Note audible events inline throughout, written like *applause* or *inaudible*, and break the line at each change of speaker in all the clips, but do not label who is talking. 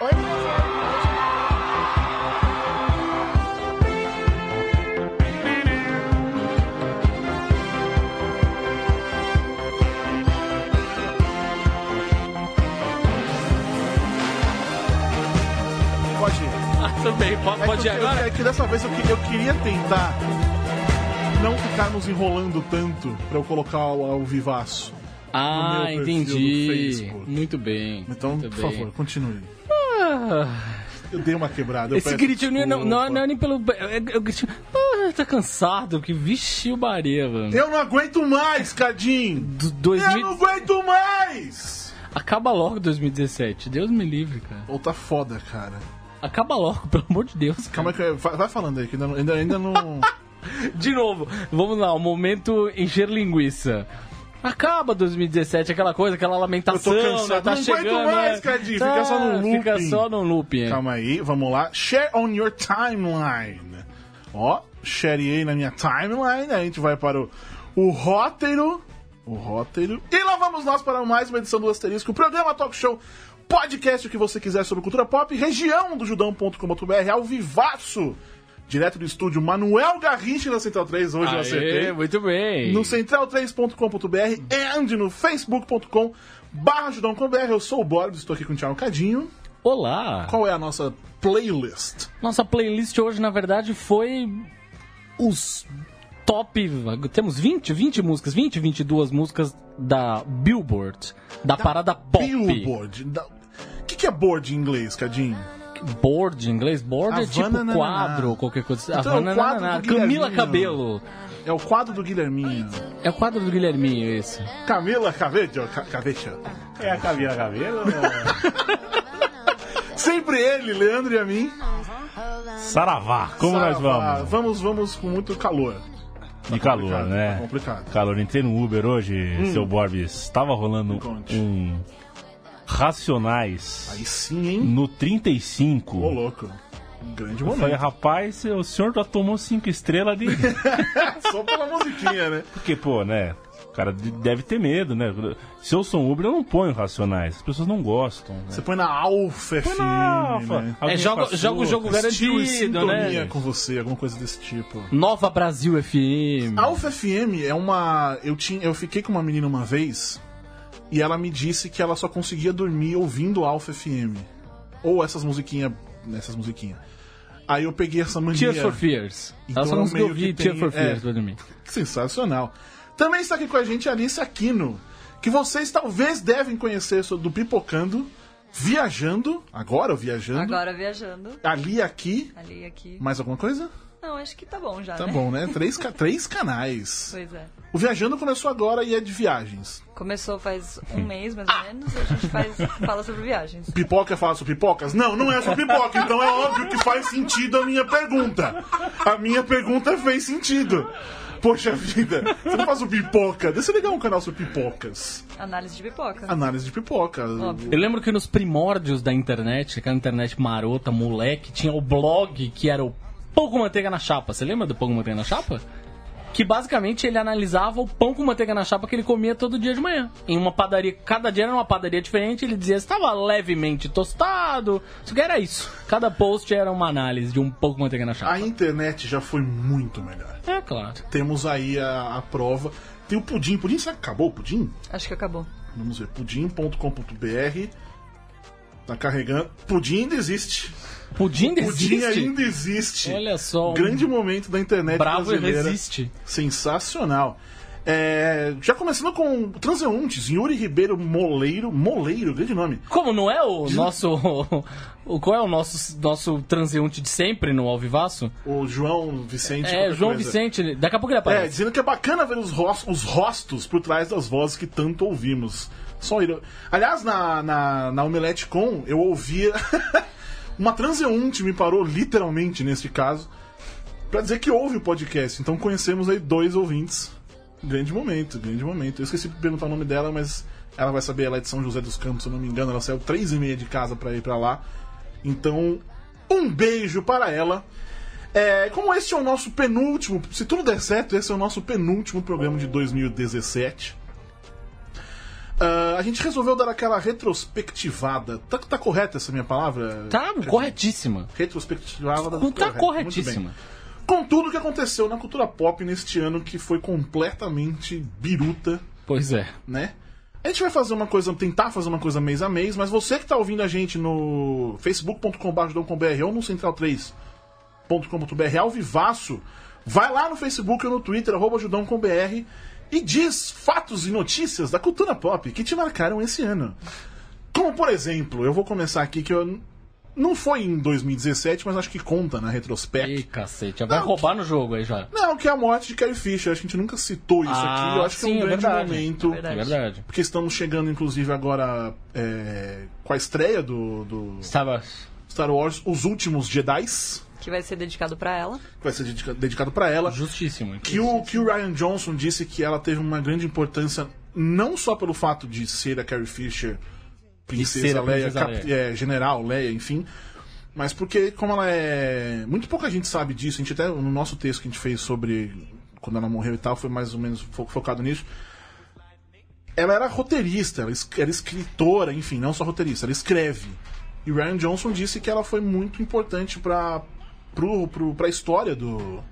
Oi, Brasil.
Pode ir.
Ah, também, pode,
É
pode
que
ir
eu- eu-
agora?
É que dessa vez eu, que- eu queria tentar não ficar nos enrolando tanto pra eu colocar ao, ao vivaço.
Ah,
meu perfil do
entendi.
Facebook.
Muito bem.
Então,
muito
por
bem. Ah,
favor, continue. Eu dei uma quebrada. eu
Esse
peço
gritinho não, não, não,
desculpa.
não é nem pelo. É, é o gritinho. Ah, tá cansado, que vixi o Bahia, mano.
Eu não aguento mais, Cadim!
Do- dois
Eu
mil-
não aguento mais!
Acaba logo 2017. Deus me livre, cara.
Ou tá foda, cara.
Acaba logo, pelo amor de Deus.
Calma que eu- vai vai falando aí, que ainda, não- ainda, ainda *laughs* não.
De novo, vamos lá, o momento encher linguiça. Acaba 2017, aquela coisa, aquela lamentação.
Eu tô cansado,
né? tá
não aguento
chegando,
mais,
né?
Cadinho,
Tá,
fica só num looping.
Fica só num looping.
Calma aí, vamos lá. Share on your timeline. Ó, shareei na minha timeline. A gente vai para o, o róteiro. O róteiro. E lá vamos nós para mais uma edição do Asterisco, programa Talk Show. Podcast o que você quiser sobre cultura pop, região do judão.com.br, ao vivaço, direto do estúdio Manuel Garrincha na Central 3, hoje eu
Aê,
acertei
muito bem.
no central3.com.br and no facebook.com barra judão.com.br. Eu sou o Boris, estou aqui com o Thiago Cadinho.
Olá.
Qual é a nossa playlist?
Nossa playlist hoje, na verdade, foi os top. Temos 20, 20 músicas, 20, 22 músicas da Billboard, da, parada pop.
Billboard. Da- O que, que é board em inglês, Cadinho?
Board em inglês, board é
Havana
tipo
Nananá.
quadro, qualquer coisa. assim.
Então, é o
Havana
quadro
Nananá.
do
Camila
Guilherminho.
Cabelo.
É o quadro do Guilherminho.
É o quadro do Guilherminho esse.
Camila Cavejo. Ca- Cavejo.
É a Camila Cabelo?
né? Sempre ele, Leandro e a mim.
Saravá, como nós
Saravá.
vamos?
Vamos, vamos com muito calor.
De calor, né?
Tá complicado. Hum.
Calor, entrei no Uber hoje, seu Borbis. Tava rolando
conte.
um Racionais
Aí sim, hein?
no 35.
Ô, louco. Um grande
Eu falei,
momento.
rapaz, o senhor já tomou cinco
*laughs*
estrelas de.
Só pela musiquinha, né?
Porque, pô, né? O cara de- deve ter medo, né? Se eu sou um Uber, eu não ponho racionais. As pessoas não gostam. Né?
Você põe na Alfa FM, né?
É, joga- joga o jogo
Estilo e
garantido,
sintonia
né?
com você, alguma coisa desse tipo.
Nova Brasil FM.
Alpha FM é uma. Eu, tinha, eu fiquei com uma menina uma vez e ela me disse que ela só conseguia dormir ouvindo Alpha FM. Ou essas musiquinhas. Essas musiquinhas. Aí eu peguei essa mania.
Tears for Fears.
Então
Ela só
é um
conseguiu
meio
ouvir
que
Tears
tem-
for Fears
é.
pra dormir.
Sensacional. Também está aqui com a gente a Alice Aquino, que vocês talvez devem conhecer so- do Pipocando, Viajando, agora o Viajando,
Agora viajando.
ali aqui.
Ali, aqui.
Mais alguma coisa?
Não, acho que tá bom já,
Tá
né?
bom, né? Três, ca- três canais.
Pois é.
O Viajando começou agora e é de viagens.
Começou faz um mês, mais ou menos, e a gente
*laughs*
faz, fala sobre viagens.
Pipoca fala sobre pipocas? Não, não é sobre pipoca, então é óbvio que faz sentido a minha pergunta. A minha pergunta fez sentido. Poxa vida, você não faz o pipoca? Deixa eu ligar um canal sobre pipocas.
Análise de pipoca.
Análise de pipoca.
Óbvio.
Eu lembro que nos primórdios da internet, aquela internet marota, moleque, tinha o blog que era o Pão com Manteiga na Chapa. Você lembra do Pão com Manteiga na Chapa? Que basicamente ele analisava o pão com manteiga na chapa que ele comia todo dia de manhã. Em uma padaria, cada dia era uma padaria diferente, ele dizia se estava levemente tostado. Isso que era isso. Cada post era uma análise de um pão com manteiga na chapa.
A internet já foi muito melhor.
É claro.
Temos aí a, a prova. Tem o pudim. Pudim, será que acabou o pudim?
Acho que acabou.
Vamos ver, pudim.com.br. Tá carregando. Pudim ainda existe.
Pudim
Pudim
desiste.
ainda existe.
Olha só, um
Grande momento da internet
Bravo e
brasileira.
resiste.
Sensacional. É, já começando com transeuntes, Yuri Ribeiro Moleiro. Moleiro, grande nome.
Como não é o nosso. O, qual é o nosso, nosso transeunte de sempre no Alvivaço?
O João Vicente.
É,
qualquer
João
coisa.
Vicente. Daqui a pouco ele
É,
aparece.
dizendo que é bacana ver os, ros- os rostos por trás das vozes que tanto ouvimos. Só ir... Aliás, na, na, na Omelete Com, eu ouvia. *laughs* Uma transeunte me parou, literalmente, neste caso, pra dizer que ouve o podcast. Então conhecemos aí dois ouvintes. Grande momento, grande momento. Eu esqueci de perguntar o nome dela, mas ela vai saber, ela é de São José dos Campos, se eu não me engano. Ela saiu três e meia de casa pra ir pra lá. Então, um beijo para ela. É, como esse é o nosso penúltimo, se tudo der certo, esse é o nosso penúltimo programa de 2017. Ah, a gente resolveu dar aquela retrospectivada. Tá, tá correta essa minha palavra?
Tá corretíssima.
Retrospectivada.
Tá
correta, muito
corretíssima.
bem. Com tudo o que aconteceu na cultura pop neste ano que foi completamente biruta
Pois é.
né? A gente vai fazer uma coisa, tentar fazer uma coisa mês a mês, mas você que tá ouvindo a gente no facebook.com.br ou no central3.com.br ao vivaço, vai lá no Facebook ou no Twitter, arroba judão.com.br e diz fatos e notícias da cultura pop que te marcaram esse ano. Como, por exemplo, eu vou começar aqui que eu... Não foi em 2017, mas acho que conta na retrospecto.
Ih, cacete. Vai
Não,
roubar no jogo aí já.
Não, que é a morte de Carrie Fisher. Acho que a gente nunca citou isso
Ah,
aqui. Eu acho que
sim,
é um
é
grande
verdade,
momento.
é
É
verdade.
verdade.
Porque estamos chegando, inclusive, agora é, com a estreia do, do
Estava.
Star Wars Os Últimos Jedi's,
Que vai ser dedicado pra ela.
que vai ser dedica- dedicado pra ela.
Justíssimo.
Que o, que o Ryan Johnson disse que ela teve uma grande importância, não só pelo fato de ser a Carrie Fisher,
De ser
princesa
a
Leia,
princesa
cap-
Leia.
é, general Leia, enfim, mas porque, como ela é. Muito pouca gente sabe disso, a gente até no nosso texto que a gente fez sobre quando ela morreu e tal, foi mais ou menos fo- focado nisso. Ela era roteirista, ela es- era escritora, enfim, não só roteirista, ela escreve. E o Ryan Johnson disse que ela foi muito importante para pro, pro, pra história do,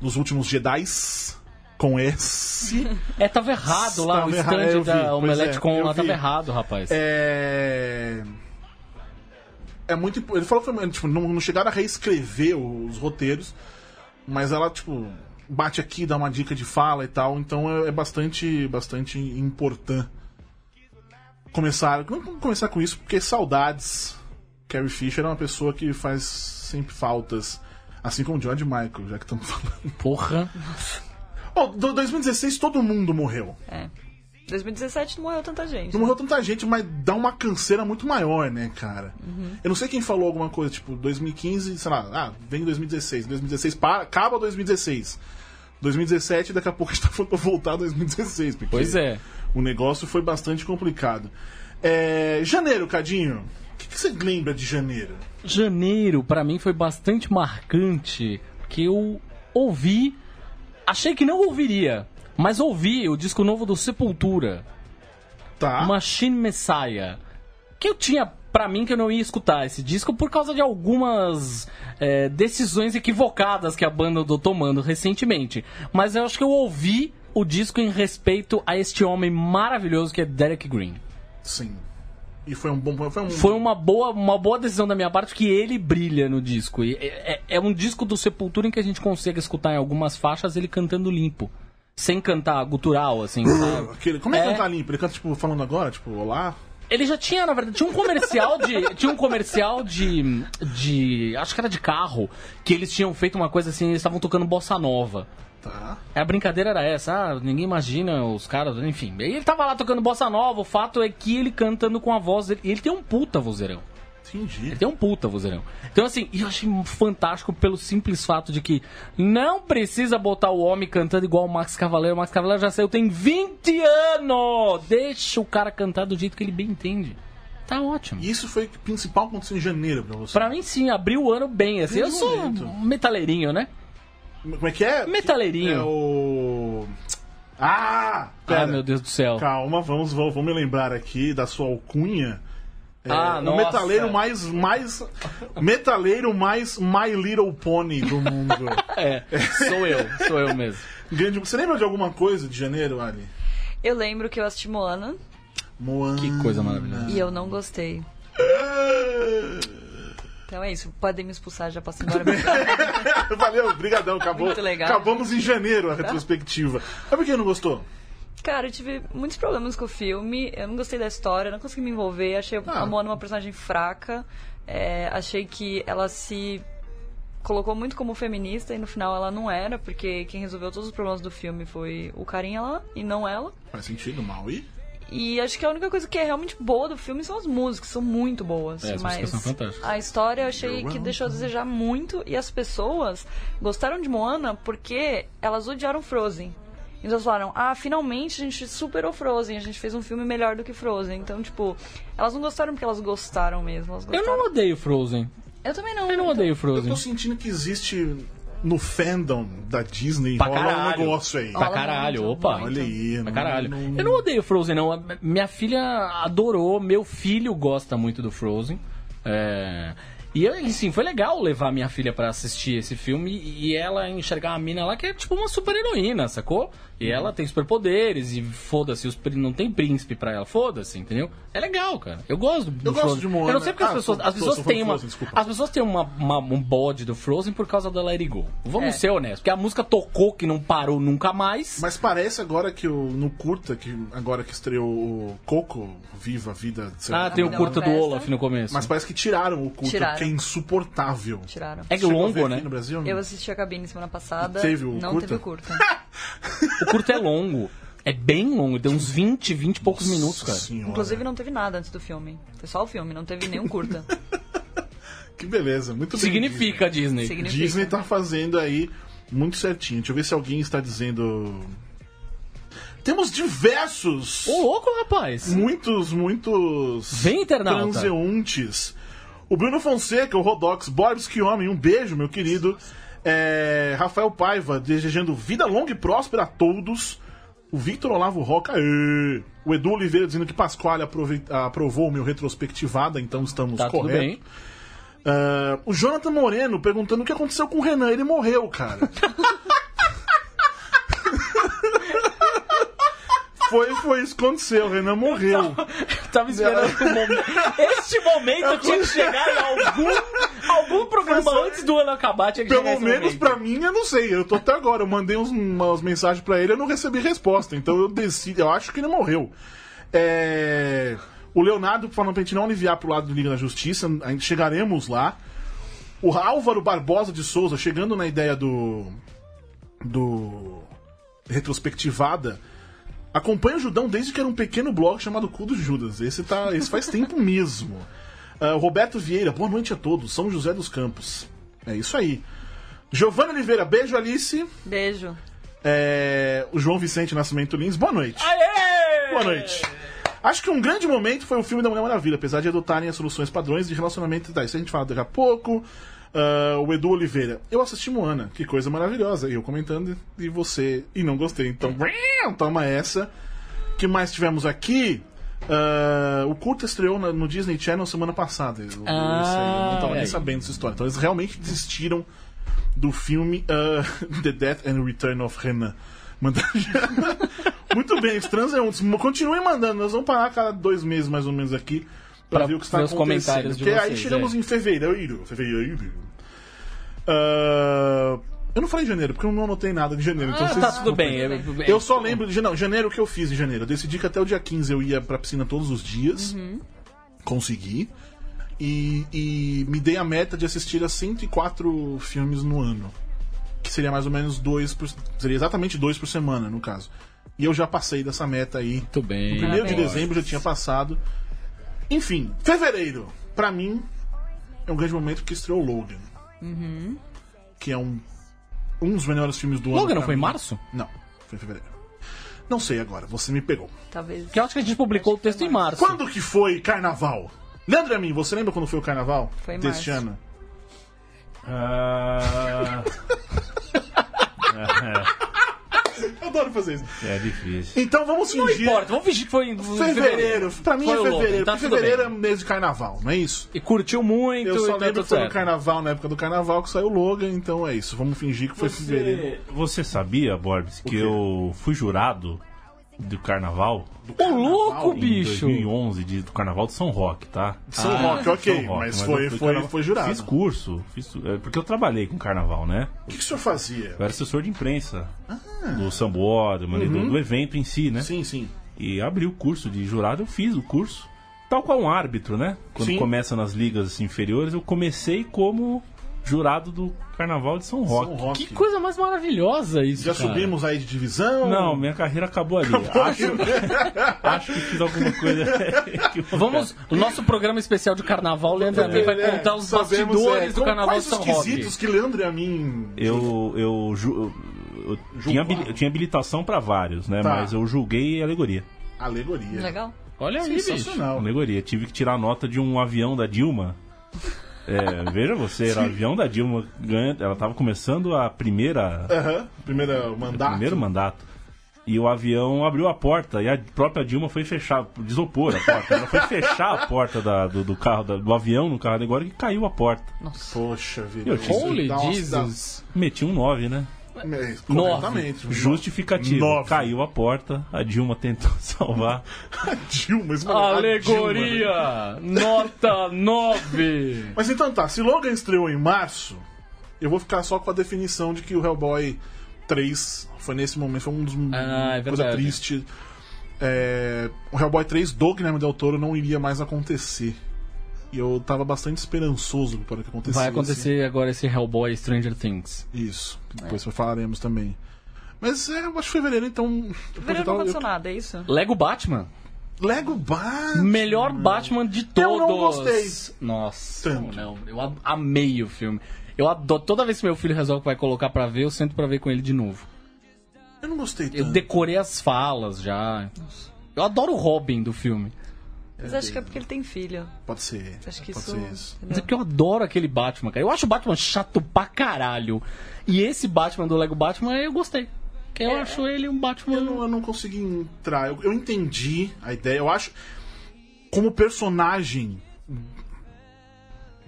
dos últimos Jedi's com S.
É, tava errado lá
Tava
o
errado,
stand
eu vi. Pois
da Omelete
é,
Com
eu
lá, tava
vi.
errado, rapaz.
É. É muito. impo- Ele falou que foi- tipo, não, não chegaram a reescrever os roteiros, mas ela, tipo, bate aqui, dá uma dica de fala e tal, então é, é bastante, bastante importante. Começar. Vamos começar com isso, porque saudades. Carrie Fisher é uma pessoa que faz sempre faltas. Assim como George Michael, já que estamos falando.
Porra.
Bom, do 2016 todo mundo morreu.
É. 2017 não morreu tanta gente.
Não morreu tanta gente, mas dá uma canseira muito maior, né, cara? Eu não sei quem falou alguma coisa, tipo, 2015, sei lá, ah, vem 2016, 2016 para, acaba 2016. 2017, daqui a pouco a gente tá falando pra voltar a 2016. Porque
Pois é.
O negócio foi bastante complicado. É, janeiro, Cadinho. O que, que você lembra de janeiro?
Janeiro, pra mim, foi bastante marcante, porque eu ouvi, achei que não ouviria, mas ouvi o disco novo do Sepultura,
Tá.
Machine Messiah, que eu tinha pra mim que eu não ia escutar esse disco por causa de algumas é, decisões equivocadas que a banda andou tomando recentemente. Mas eu acho que eu ouvi o disco em respeito a este homem maravilhoso que é Derek Green.
Sim. E foi um bom. Foi um.
Foi uma boa, uma boa decisão da minha parte que ele brilha no disco. E é, é- é um disco do Sepultura em que a gente consegue escutar em algumas faixas ele cantando limpo. Sem cantar gutural, assim, sabe?
Aquele, como é que
É.
ele tá limpo? Ele canta, tipo, falando agora, tipo, olá.
Ele já tinha, na verdade, tinha um comercial de. tinha um comercial de. de. Acho que era de carro. Que eles tinham feito uma coisa assim, eles estavam tocando bossa nova.
Tá.
A brincadeira era essa, ah, ninguém imagina os caras, enfim. E ele tava lá tocando bossa nova, o fato é que ele cantando com a voz dele. E ele tem um puta vozeirão.
Entendi.
Ele tem um puta vozeirão. Então, assim, eu achei fantástico pelo simples fato de que não precisa botar o homem cantando igual o Max Cavaleiro. O Max Cavaleiro já saiu tem 20 anos! Deixa o cara cantar do jeito que ele bem entende. Tá ótimo.
E isso foi o principal que aconteceu em janeiro pra você.
Pra mim, sim, abriu o ano bem, assim. Eu sou
Bonito.
metaleirinho, né?
Como é que é?
Metaleirinho.
É o. Ah! Pera.
Ah, meu Deus do céu.
Calma, vamos, vamos, vamos me lembrar aqui da sua alcunha. É,
Ah,
o
nossa.
metaleiro mais. mais metaleiro mais My Little Pony do mundo.
*laughs* É, sou eu, sou eu mesmo.
Grande, você lembra de alguma coisa de janeiro, Ali?
Eu lembro que eu assisti Moana
Moana.
Que coisa maravilhosa.
e eu não gostei. Então é isso. Podem me expulsar, já
*laughs*
passei embora.
*laughs* Valeu, brigadão, acabou.
Muito legal.
Acabamos em janeiro a retrospectiva. Mas por que não gostou?
Cara, eu tive muitos problemas com o filme. Eu não gostei da história, não consegui me envolver. Achei
Ah.
a Moana uma personagem fraca. É, achei que ela se colocou muito como feminista e no final ela não era, porque quem resolveu todos os problemas do filme foi o carinha lá e não ela.
Faz sentido, mal e?
E acho que a única coisa que é realmente boa do filme são as músicas, são muito boas.
É, as músicas
mas
são fantásticas.
a história eu achei
You're
que deixou a desejar muito e as pessoas gostaram de Moana porque elas odiaram Frozen. Então elas falaram, ah, finalmente a gente superou Frozen, a gente fez um filme melhor do que Frozen. Então, tipo, elas não gostaram porque elas gostaram mesmo. Elas
Eu
gostaram.
não odeio Frozen.
Eu também não.
Eu não odeio
Eu
Frozen.
tô sentindo que existe no fandom da Disney
Pra
rola
caralho.
um negócio aí.
Pra caralho, opa. Então,
Olha aí,
Pra
não-
caralho.
né? não-
Eu não odeio Frozen, não. A- Minha filha adorou, meu filho gosta muito do Frozen. É, E eu, e, sim, foi legal levar minha filha pra assistir esse filme e e ela enxergar a mina lá que é tipo uma super heroína, sacou? E ela tem superpoderes e foda-se, os prí- não tem príncipe pra ela, foda-se, entendeu? É legal, cara. Eu gosto do
Eu gosto
Frozen.
de Moana.
Eu não sei porque
Ah,
as pessoas,
sou- sou-
as pessoas
sou fã
têm
do
uma,
Frozen, desculpa.
as pessoas têm uma, uma- um bode do Frozen por causa da Let It Go. Vamos
É.
ser honestos, porque a música tocou que não parou nunca mais.
Mas parece agora que o, no curta, que agora que estreou o Coco, Viva a Vida... sei lá
Ah, tem o
Não,
curta do
festa.
Olaf no começo.
Mas parece que tiraram o curta,
Tiraram.
que é insuportável.
Tiraram.
é que
Chegou a ver
longo,
aqui
né?
No Brasil?
Eu assisti a cabine semana passada.
Teve o
não
curta?
teve o curta.
O curto é longo. É bem longo, tem uns 20, 20 e poucos minutos,
Nossa
cara.
senhora.
Inclusive, não teve nada antes do filme. Foi só o filme, não teve
*laughs*
nenhum curta.
Que beleza, muito bem.
Significa, Disney.
Significa.
Disney. Disney tá fazendo aí muito certinho. Deixa eu ver se alguém está dizendo. Temos diversos,
Ô, louco, rapaz.
muitos, muitos
Vem, internauta.
transeuntes. O Bruno Fonseca, o Rodox, Borbs, que homem, um beijo, meu querido. É, Rafael Paiva, desejando vida longa e próspera a todos. O Victor Olavo Roca, aê. o Edu Oliveira dizendo que Pascoal aprove- aprovou o meu retrospectivada, então estamos
Tá tudo
corretos.
bem. *laughs*
Ah, o Jonathan Moreno perguntando o que aconteceu com o Renan. Ele morreu,
*laughs*
cara. foi, foi isso que aconteceu. O Renan morreu.
Então, Eu tava esperando o momento. Este momento eu tinha que chegar em algum, algum programa
Mas,
antes do ano acabar. Tinha que chegar
Pelo
esse
menos
momento.
pra mim, eu não sei. Eu tô até agora. Eu mandei uns- umas mensagens pra ele eu não recebi resposta. Então eu decido. Eu acho que ele morreu. É, O Leonardo falando pra gente não aliviar pro lado do Liga da Justiça. a gente- Chegaremos lá. O Álvaro Barbosa de Souza, chegando na ideia do. do. retrospectivada. Acompanha o Judão desde que era um pequeno blog chamado Cu do Judas. Esse, tá, esse faz tempo mesmo. *laughs* Ah, o Roberto Vieira, boa noite a todos. São José dos Campos. É isso aí. Giovanni Oliveira, beijo Alice.
Beijo.
É, o João Vicente Nascimento Lins, boa noite.
Aê!
Boa noite. Acho que um grande momento foi o filme da Mulher Maravilha, apesar de adotarem as soluções padrões de relacionamento. Tá, isso a gente fala daqui a pouco. Ah, o Edu Oliveira. Eu assisti Moana, que coisa maravilhosa. E eu comentando e você. E não gostei. Então, toma essa. que mais tivemos aqui? Ah, o curta estreou na- no Disney Channel semana passada. Eu,
Ah,
isso aí, eu não tava
olha aí.
nem sabendo dessa história. Então eles realmente desistiram do filme ah, *laughs* The Death and Return of Renan. Manda- *laughs* Muito bem, os transeuntes. mo- Continuem mandando, nós vamos parar a cada dois meses mais ou menos aqui pra,
Pra
ver o que está
ver os
acontecendo.
comentários de
Porque aí
vocês,
chegamos
é.
em fevereiro. Fevereiro. Ah, eu não falei janeiro, porque eu não anotei nada de janeiro. então
Ah,
vocês
tá tudo
desculpem.
bem. Eu,
Eu só lembro de jane- não, janeiro o que eu fiz em janeiro. Eu decidi que até o dia 15 eu ia pra piscina todos os dias.
Uhum.
Consegui. E, e me dei a meta de assistir a 104 filmes no ano. Que seria mais ou menos dois por. Seria exatamente dois por semana, no caso. E eu já passei dessa meta aí.
Muito bem.
Primeiro de
Parabéns.
dezembro eu já tinha passado. Enfim, fevereiro, pra mim, é um grande momento que estreou Logan. Que é um, um dos melhores filmes do ano.
Uhum. Logan não
pra
foi em
mim.
março?
Não, foi em fevereiro. Não sei agora, você me pegou.
Talvez.
Porque eu acho que a gente publicou o texto em março.
Quando que foi carnaval? Leandro e a mim, você lembra quando foi o carnaval?
Foi em
deste
março.
ano.
Ah,
Eu adoro fazer isso.
é difícil.
Então vamos
Não
fingir.
importa, vamos fingir que foi em
Fevereiro. Pra mim
Foi
é
o Logan,
fevereiro.
tá
porque
tudo
fevereiro
bem.
é mês de carnaval, não é isso?
E curtiu muito.
Eu só
e tá
lembro
tudo
que foi no
certo.
carnaval, na época do carnaval, que saiu o Logan, então é isso. Vamos fingir que foi fevereiro.
Você, você sabia, Borbs, que
quê?
eu fui jurado do carnaval
Ô, louco,
em
bicho!
2011 de, do carnaval de São Roque, tá?
São
Ah,
Roque, ok,
São Roque,
mas,
eu
foi,
fui
foi,
carnaval-
foi jurado.
Fiz curso, fiz, é, porque eu trabalhei com carnaval, né?
O que, que o senhor fazia?
Eu era assessor de imprensa do Sambódromo, ali, do, do evento em si,
É?
Ah.
né?
Uhum. Sim, sim.
E abri o curso de jurado, eu fiz o curso. Tal qual um árbitro, né? Quando
Sim.
começa nas ligas assim, inferiores, eu comecei como jurado do Carnaval de São Roque.
São Roque.
Que coisa mais maravilhosa isso,
Já
cara.
subimos aí de divisão?
Não, minha carreira acabou ali. Acho, acho que fiz alguma coisa. *laughs* equivocada.
Vamos, o nosso programa especial de carnaval, Leandro Amin vai
É,
contar os
sabemos,
bastidores
é,
do
com-
carnaval de
quais
São
os
Roque.
quesitos que Leandro e a mim.
Eu, eu, ju- eu- eu tinha, habili- eu tinha habilitação pra vários, né?
Tá.
Mas eu julguei alegoria.
Alegoria.
Legal?
Olha aí, bicho.
Sensacional.
Alegoria. Tive que tirar a nota de um avião da Dilma. É, veja você, era o avião da Dilma. ganha- Ela tava começando a primeira
Aham. Primeiro mandato.
É Primeiro mandato. E o avião abriu a porta e a própria Dilma foi fechar, desopor a porta. Ela foi fechar a porta da- do, do carro, da- do avião no carro alegórico e caiu a porta.
Poxa vida.
Eu tinha-
Holy
Dá uma-
Jesus.
Meti um 9, né?
dá- É, Completamente.
Justificativo.
Nove.
Caiu a porta, a Dilma tentou *laughs* salvar.
*laughs* Dilma, esmagada Dilma.
Alegoria! Nota 9!
Mas então tá, se Logan estreou em março, eu vou ficar só com a definição de que o Hellboy 3 foi nesse momento, foi um dos
Ah, é
coisa
verdade.
triste. É, o Hellboy 3 do Guilherme Del Toro não iria mais acontecer. E eu tava bastante esperançoso para que acontecesse.
Vai acontecer É. agora esse Hellboy Stranger Things.
Isso, depois falaremos também. Mas é, eu acho que fevereiro, então.
Fevereiro não aconteceu nada, é isso?
Lego Batman.
Lego Bar.
Melhor Batman de
Hum. Eu
todos.
não gostei.
Nossa,
Tanto.
não. Eu a- amei o filme. Eu adoro. Toda vez que meu filho resolve que vai colocar pra ver, eu sento pra ver com ele de novo.
Eu não gostei
Eu
tanto.
decorei as falas já. Eu adoro o Robin do filme.
Mas acho que é porque ele tem filho.
Pode ser.
Acho que
pode
isso.
ser isso.
Mas é
entendeu?
porque eu adoro aquele Batman, cara. Eu acho o Batman chato pra caralho. E esse Batman do Lego Batman eu gostei. Eu acho ele um Batman.
É. Eu não, eu não consegui entrar. Eu, eu entendi a ideia. Eu acho. Como personagem.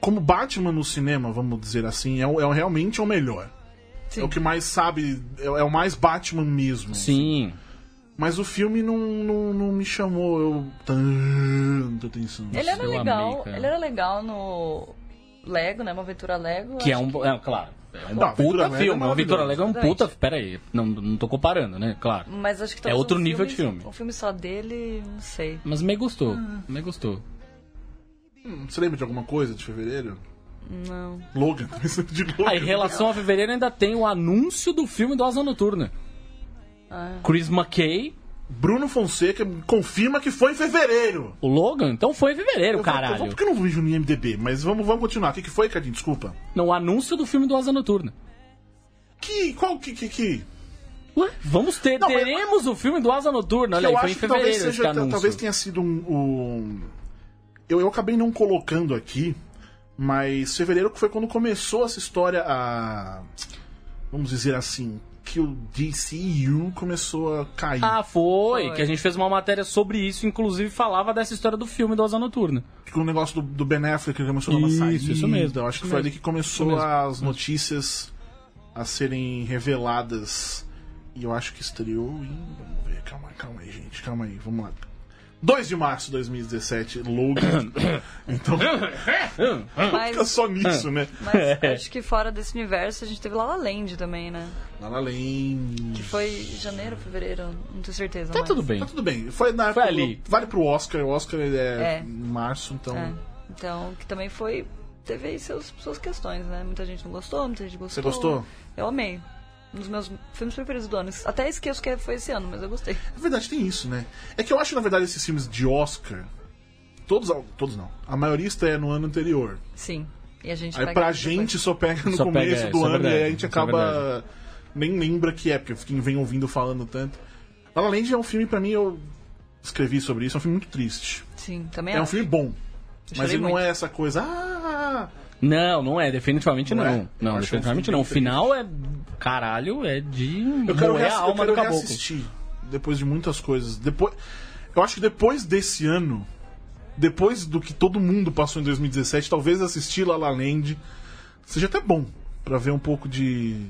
Como Batman no cinema, vamos dizer assim, é, o- é o- realmente é o melhor.
Sim.
É o que mais sabe. É, é o mais Batman mesmo.
Sim.
Mas o filme não, não, não me chamou eu tanta atenção.
Ele era
eu amei,
legal,
cara.
ele era legal no Lego, né? Uma aventura Lego.
Que é
acho
um. É, claro. É um
Não, Ventura
puta
Lego é
filme. O Vitor Lego é um
maravilhoso.
puta. Pera aí. Não, não tô comparando, né? Claro.
que- Mas acho que
é
talvez
outro
um
nível de filme.
Um filme só dele,
*laughs*
não sei.
Mas me gostou.
Ah.
Me gostou.
Você lembra de alguma coisa de fevereiro?
Não.
Logan, *laughs* pensando de Logan.
Ah, em relação a fevereiro ainda tem o anúncio do filme do Asa Noturna.
Ah.
Chris McKay,
Bruno Fonseca confirma que foi em fevereiro.
o Logan, então foi em fevereiro,
Eu vou- Eu
caralho.
vou porque eu não vejo no IMDB, mas vamos, vamos continuar. O que, que foi, Cadinho? Desculpa.
Não, o anúncio do filme do Asa Noturna.
Que. Qual que. que, que...
Ué, vamos ter,
Não, mas-
teremos o filme do Asa Noturna. Olha
eu
aí, foi
acho
em
que talvez
fevereiro esse
seja.
anúncio.
Talvez tenha sido um. um- Eu, eu acabei não colocando aqui, mas fevereiro que foi quando começou essa história a. Vamos dizer assim. Que o DCU começou a cair.
Ah, foi,
Foi.
Que a gente fez uma matéria sobre isso, inclusive falava dessa história do filme do Asa Noturna. Tá
Com o negócio do, do Ben Affleck que começou a dar uma
Isso,
saída.
isso mesmo,
Eu acho que
isso
foi
mesmo,
ali que começou
isso mesmo,
as notícias a serem reveladas. E eu acho que estreou em. Vamos ver, calma, calma aí, gente, calma aí, vamos lá. 2 de março de 2017,
*coughs*
Logan. então fica
Mas,
só nisso, né?
mas
É.
acho que fora desse universo a gente teve La La Land também, né?
Lá além.
Que foi janeiro, fevereiro, não tenho certeza.
Tá
mas-
tudo bem.
Tá tudo bem. Foi na
Foi
época
ali.
do- Vale pro Oscar, o Oscar ele é,
É.
em março, então.
É. Então, que também foi. Teve aí seus, suas questões, né? Muita gente não gostou, muita gente
Você
gostou.
gostou?
Eu amei. Um dos meus filmes preferidos do ano. Até esqueço que foi esse ano, mas eu gostei.
Na verdade, tem isso, né? É que eu acho, na verdade, esses filmes de Oscar. Todos, todos não. A maioria estreia no ano anterior.
Sim. E a gente
Aí
pega
pra
depois.
gente só pega no
Só pega,
começo
é,
do
isso é
ano e
verdade,
aí a gente
isso é
acaba.
verdade.
nem lembra que é, porque quem vem ouvindo falando tanto. La La Land é um filme, pra mim, eu escrevi sobre isso, é um filme muito triste.
Sim, também
É um
acho.
filme bom. Mas
chorei
ele não
muito.
é essa coisa. Ah!
Não, não é, definitivamente
Não
não.
é?
Não,
Eu acho
definitivamente
um filme
não. O
bem
final é. Caralho, é de.
Eu quero,
moer
reass- eu
a alma
quero
do caboclo.
reassistir depois de muitas coisas. Depois, eu acho que depois desse ano, depois do que todo mundo passou em 2017, talvez assistir La La Land seja até bom pra ver um pouco de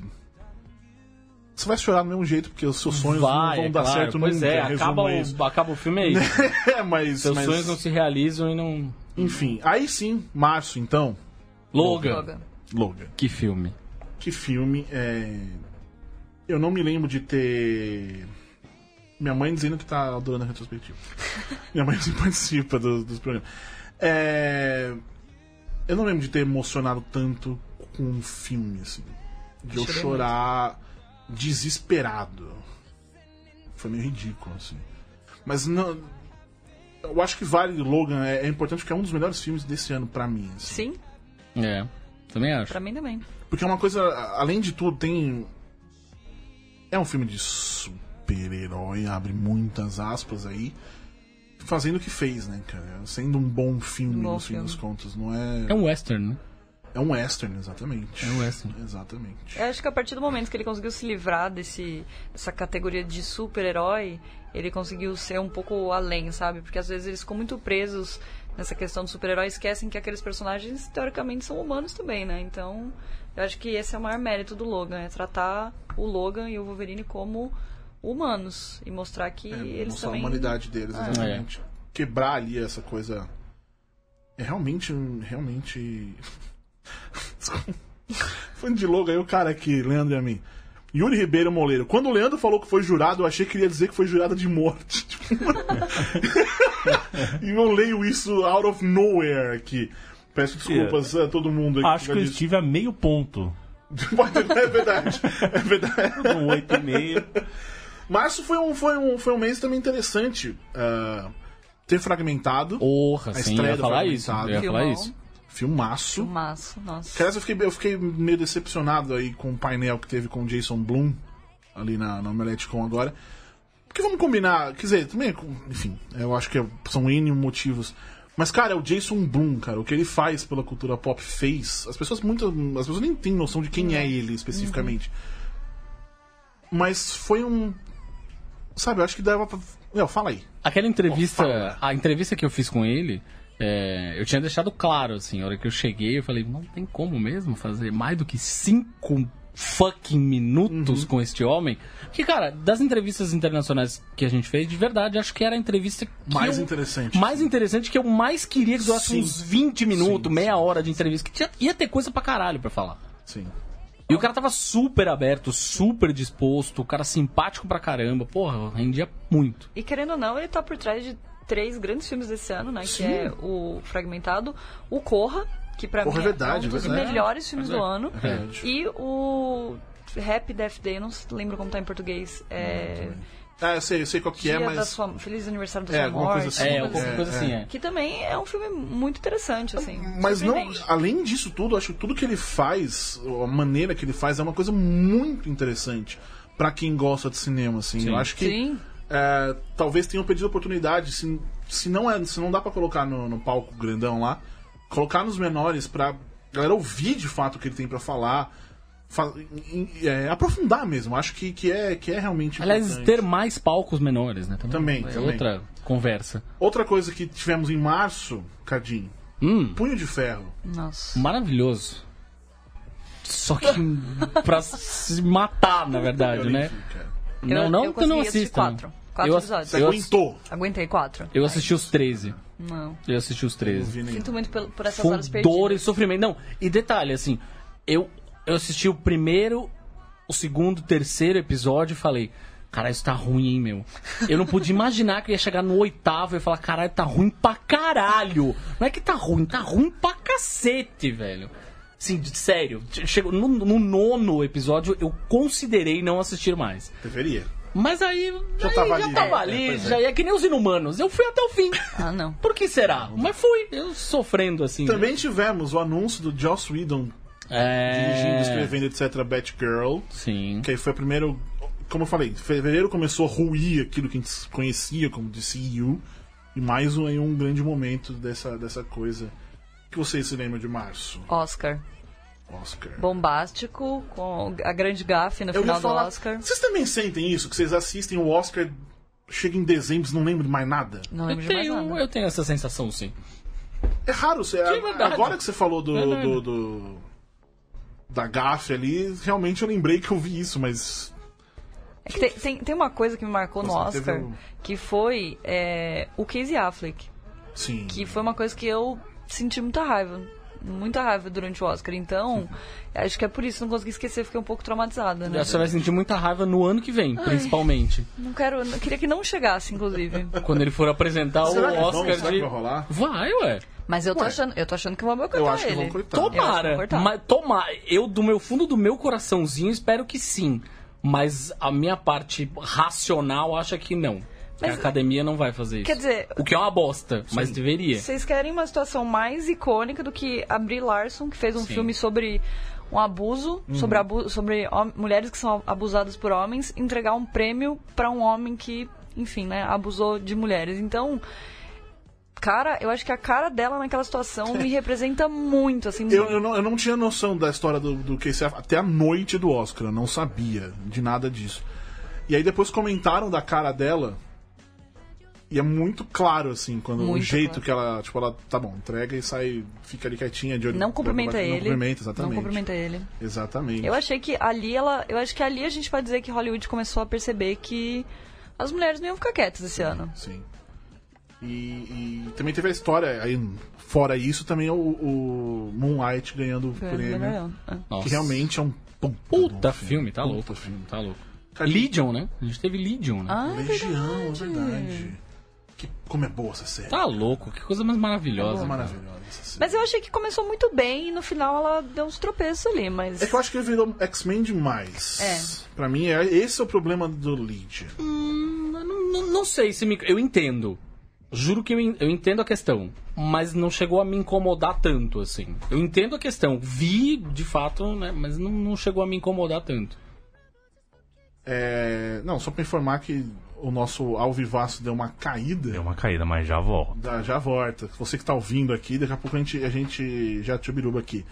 você vai chorar do mesmo jeito porque os seus sonhos não
Vai,
vão
é
dar
claro.
certo
pois
nunca.
é,
resumo
acaba
é isso.
o, acaba o filme aí.
é, *laughs* mas,
Seus
mas-
sonhos não se realizam e não.
enfim, aí sim, março então,
Logan.
Logan.
Logan.
Que filme.
Que filme é. Eu não me lembro de ter. Minha mãe dizendo que tá adorando a retrospectiva. Minha mãe sempre participa do- dos programas. É... Eu não lembro de ter emocionado tanto com um filme, assim. De eu
Chorei
chorar desesperado. Foi meio ridículo, assim. Mas não. Eu acho que vale Logan é, é importante porque é um dos melhores filmes desse ano pra mim. assim.
Sim,
É. Também acho.
pra mim também.
Porque é uma coisa, a- além de tudo, tem. É um filme de super-herói, abre muitas aspas aí. Fazendo o que fez, né, cara? Sendo um bom filme,
Um bom
no fim
filme.
das contas, não é.
É um western, né?
É um western, exatamente.
É um western.
Exatamente.
Eu acho que a partir do momento que ele conseguiu se livrar desse, dessa categoria de super-herói, ele conseguiu ser um pouco além, sabe? Porque às vezes eles ficam muito presos nessa questão do super-herói e esquecem que aqueles personagens, teoricamente, são humanos também, né? Então, eu acho que esse é o maior mérito do Logan, é tratar o Logan e o Wolverine como humanos e mostrar que
É,
eles
mostrar
também... É.
a humanidade deles, exatamente. Quebrar ali essa coisa. É realmente. um- Realmente. *laughs* Desculpa. Fã de logo aí, o cara aqui, Leandro e a mim. Yuri Ribeiro Moleiro. Quando o Leandro falou que foi jurado, eu achei que ele ia dizer que foi jurada de morte. *laughs* Tipo, e eu leio isso out of nowhere aqui. Peço desculpas a todo mundo aqui.
é? Acho que
*laughs*
eu
já disse.
estive a meio ponto.
É verdade. É verdade.
Um 8,5.
Março foi um, foi um, foi um mês também interessante. ah, ter fragmentado.
Porra,
A
sim, eu
estreia
ia
do
falar isso. Eu
Fragmentado.
ia falar
Filmão.
isso.
Filmaço.
Massa, nossa.
Aliás, eu fiquei, eu fiquei meio decepcionado aí com o painel que teve com o Jason Bloom ali na, na Omelete Com agora. Porque vamos combinar, quer dizer, também, é com- enfim, eu acho que é- são N motivos. Mas, cara, é o Jason Bloom, cara. O que ele faz pela cultura pop fez. As pessoas muito. As pessoas nem têm noção de quem é ele especificamente. Mas foi um. Sabe, eu acho que dava pra. Não, fala aí.
Aquela entrevista,
Pô, fala.
a entrevista que eu fiz com ele, é, eu tinha deixado claro, assim, a hora que eu cheguei, eu falei, não tem como mesmo fazer mais do que cinco fucking
Uhum.
minutos com este homem. Porque, cara, das entrevistas internacionais que a gente fez, de verdade, acho que era a entrevista que
Mais
eu-
interessante.
Mais interessante que eu mais queria que durasse
Sim.
uns 20 minutos,
Sim,
meia hora de entrevista, que tinha- ia ter coisa pra caralho pra falar.
Sim.
E o cara tava super aberto, super disposto, o cara simpático pra caramba. Porra, rendia muito.
E querendo ou não, ele tá por trás de três grandes filmes desse ano, né?
Sim.
Que é o Fragmentado, o Corra, que pra
Corra
mim
é verdade,
um dos
verdade. É
melhores filmes do ano.
verdade.
E o Happy Death Day, eu não lembro como tá em português. É.
Ah, eu sei, eu sei qual que
Dia
é,
da
mas.
sua... Feliz aniversário da
É,
sua
alguma
morte.
coisa assim.
É,
Sim,
alguma
alguma
é,
coisa assim,
é.
é.
Que também é um filme muito interessante, assim.
Mas não,
surpreendente.
além disso tudo, acho que tudo que ele faz, a maneira que ele faz, é uma coisa muito interessante pra quem gosta de cinema, assim. Eu acho que
Sim.
é, talvez tenham perdido a oportunidade, se, se não é, se não dá pra colocar no, no palco grandão lá, colocar nos menores pra galera ouvir de fato o que ele tem pra falar, fa- em- em- é, aprofundar mesmo. Acho que, que é que é realmente
Aliás,
importante.
ter mais palcos menores, né?
Também,
é
também.
outra conversa.
outra coisa que tivemos em março, Cadinho,
Hum,
Punho de Ferro.
Nossa.
maravilhoso. Só que pra se matar, na verdade,
Eu nem
né?
vi, cara.
não,
Eu-
não
eu
que eu não
consegui assistir
assista.
né?
não.
quatro. Quatro
eu,
episódios.
Você
Eu, ass-
aguentou?
Aguentei quatro.
eu assisti os 13.
Não.
Eu assisti os 13.
vi nenhum.
Sinto muito pel- por essas horas
Foi
perdidas.
dor e sofrimento. Não, e detalhe, assim, eu, eu assisti o primeiro, o segundo, o terceiro episódio e falei. Caralho, isso tá ruim, hein, meu? Eu não podia imaginar que eu ia chegar no oitavo e falar, caralho, tá ruim pra caralho. Não é que tá ruim, tá ruim pra cacete, velho. Assim, de- sério, che- chegou no, no nono episódio, eu considerei não assistir mais.
Deveria.
Mas aí já aí,
tava
já
ali,
tava
né? É,
ali
pois é.
já ia que nem os inumanos. Eu fui até o fim.
Ah, não.
Por que será? Mas fui, eu sofrendo assim. né?
Também tivemos o anúncio do Joss Whedon dirigindo,
É.
escrevendo, etc. Batgirl.
Sim.
Que aí foi o primeiro. Como eu falei, em fevereiro começou a ruir aquilo que a gente conhecia como DCU. E mais um, aí um grande momento dessa, dessa coisa. O que vocês se lembram de março?
Oscar.
Oscar.
bombástico, com a grande gafe no
eu
final
ia falar.
do Oscar.
Vocês também sentem isso? Que vocês assistem o Oscar, chega em dezembro e não lembram de mais nada?
Não
Eu
lembro de mais
tenho, um,
nada.
eu tenho essa sensação, sim.
É raro você.
é verdade.
agora que você falou
É
do,
Verdade.
do, do- Da gafe ali, realmente eu lembrei que eu vi isso, mas.
É que tem, tem, tem uma coisa que me marcou
Nossa,
no Oscar,
teve um-
que foi é, o Casey Affleck.
Sim.
Que foi uma coisa que eu senti muita raiva. Muita raiva durante o Oscar. Então,
*laughs*
acho que é por isso, não consegui esquecer, fiquei um pouco traumatizada, né?
Você vai sentir muita raiva no ano que vem, principalmente.
Não quero. não- queria que não chegasse, inclusive.
*laughs*
Quando ele for apresentar
Será
o
que vão?
Oscar
Será
de.
que vai rolar?
Vai, ué.
Mas eu tô
Ué.
achando, eu tô achando que vão boicotar
Eu acho que
ele.
vão cortar.
Tá. Eu acho que
Tomara.
cortar.
Mas tomara. Eu, do meu fundo do meu coraçãozinho, espero que sim. Mas a minha parte racional acha que não. Que a
Mas-
academia não vai fazer isso.
Quer dizer-
O que é uma bosta, mas deveria.
Vocês querem uma situação mais icônica do que a Brie Larson, que fez um
Sim.
filme sobre um abuso,
Uhum.
sobre, abu sobre hom- mulheres que são abusadas por homens, entregar um prêmio pra um homem que, enfim, né, abusou de mulheres. Então, cara, eu acho que a cara dela naquela situação
*laughs*
me representa muito, assim.
Eu, eu, não, eu não tinha noção da história do, do KCF até a noite do Oscar, eu não sabia de nada disso. E aí depois comentaram da cara dela. E é muito claro, assim, quando o
Muito
jeito
claro.
que ela, tipo, ela, tá bom, entrega e sai, fica ali quietinha de olho.
Não cumprimenta
não
ele.
cumprimenta, exatamente.
Não cumprimenta ele.
Exatamente.
Eu achei que ali ela. Eu acho que ali a gente vai dizer que Hollywood começou a perceber que as mulheres não iam ficar quietas esse ano.
Sim. E, e também teve a história, aí, fora isso, também o, o Moonlight ganhando o
Foi
prêmio.
melhor ano. É.
Nossa.
Que realmente é um puta,
Puta
do
filme, tá
Puta
louco.
filme.
Tá louco.
Cara,
Legion, né? A gente teve Legion, né?
Ah, é
Legião, é
verdade.
verdade. Que, como é boa essa série.
Tá louco, que coisa mais
Como
maravilhosa.
é
cara.
maravilhosa essa série.
Mas eu achei que começou muito bem e no final ela deu uns tropeços ali, mas.
É que eu acho que ele virou X-Men demais.
É.
Pra mim, é, esse é o problema do Legion.
Hum, não, não- não sei se me. Eu entendo. Juro que eu, en- eu entendo a questão. Mas não chegou a me incomodar tanto, assim. Eu entendo a questão. Vi, de fato, né? Mas não, não chegou a me incomodar tanto.
É, não, só pra informar que o nosso Alvivaço deu uma caída.
Deu uma caída, mas já volto.
Da- já volta. Você que tá ouvindo aqui, daqui a pouco a gente, a gente já te biruba aqui.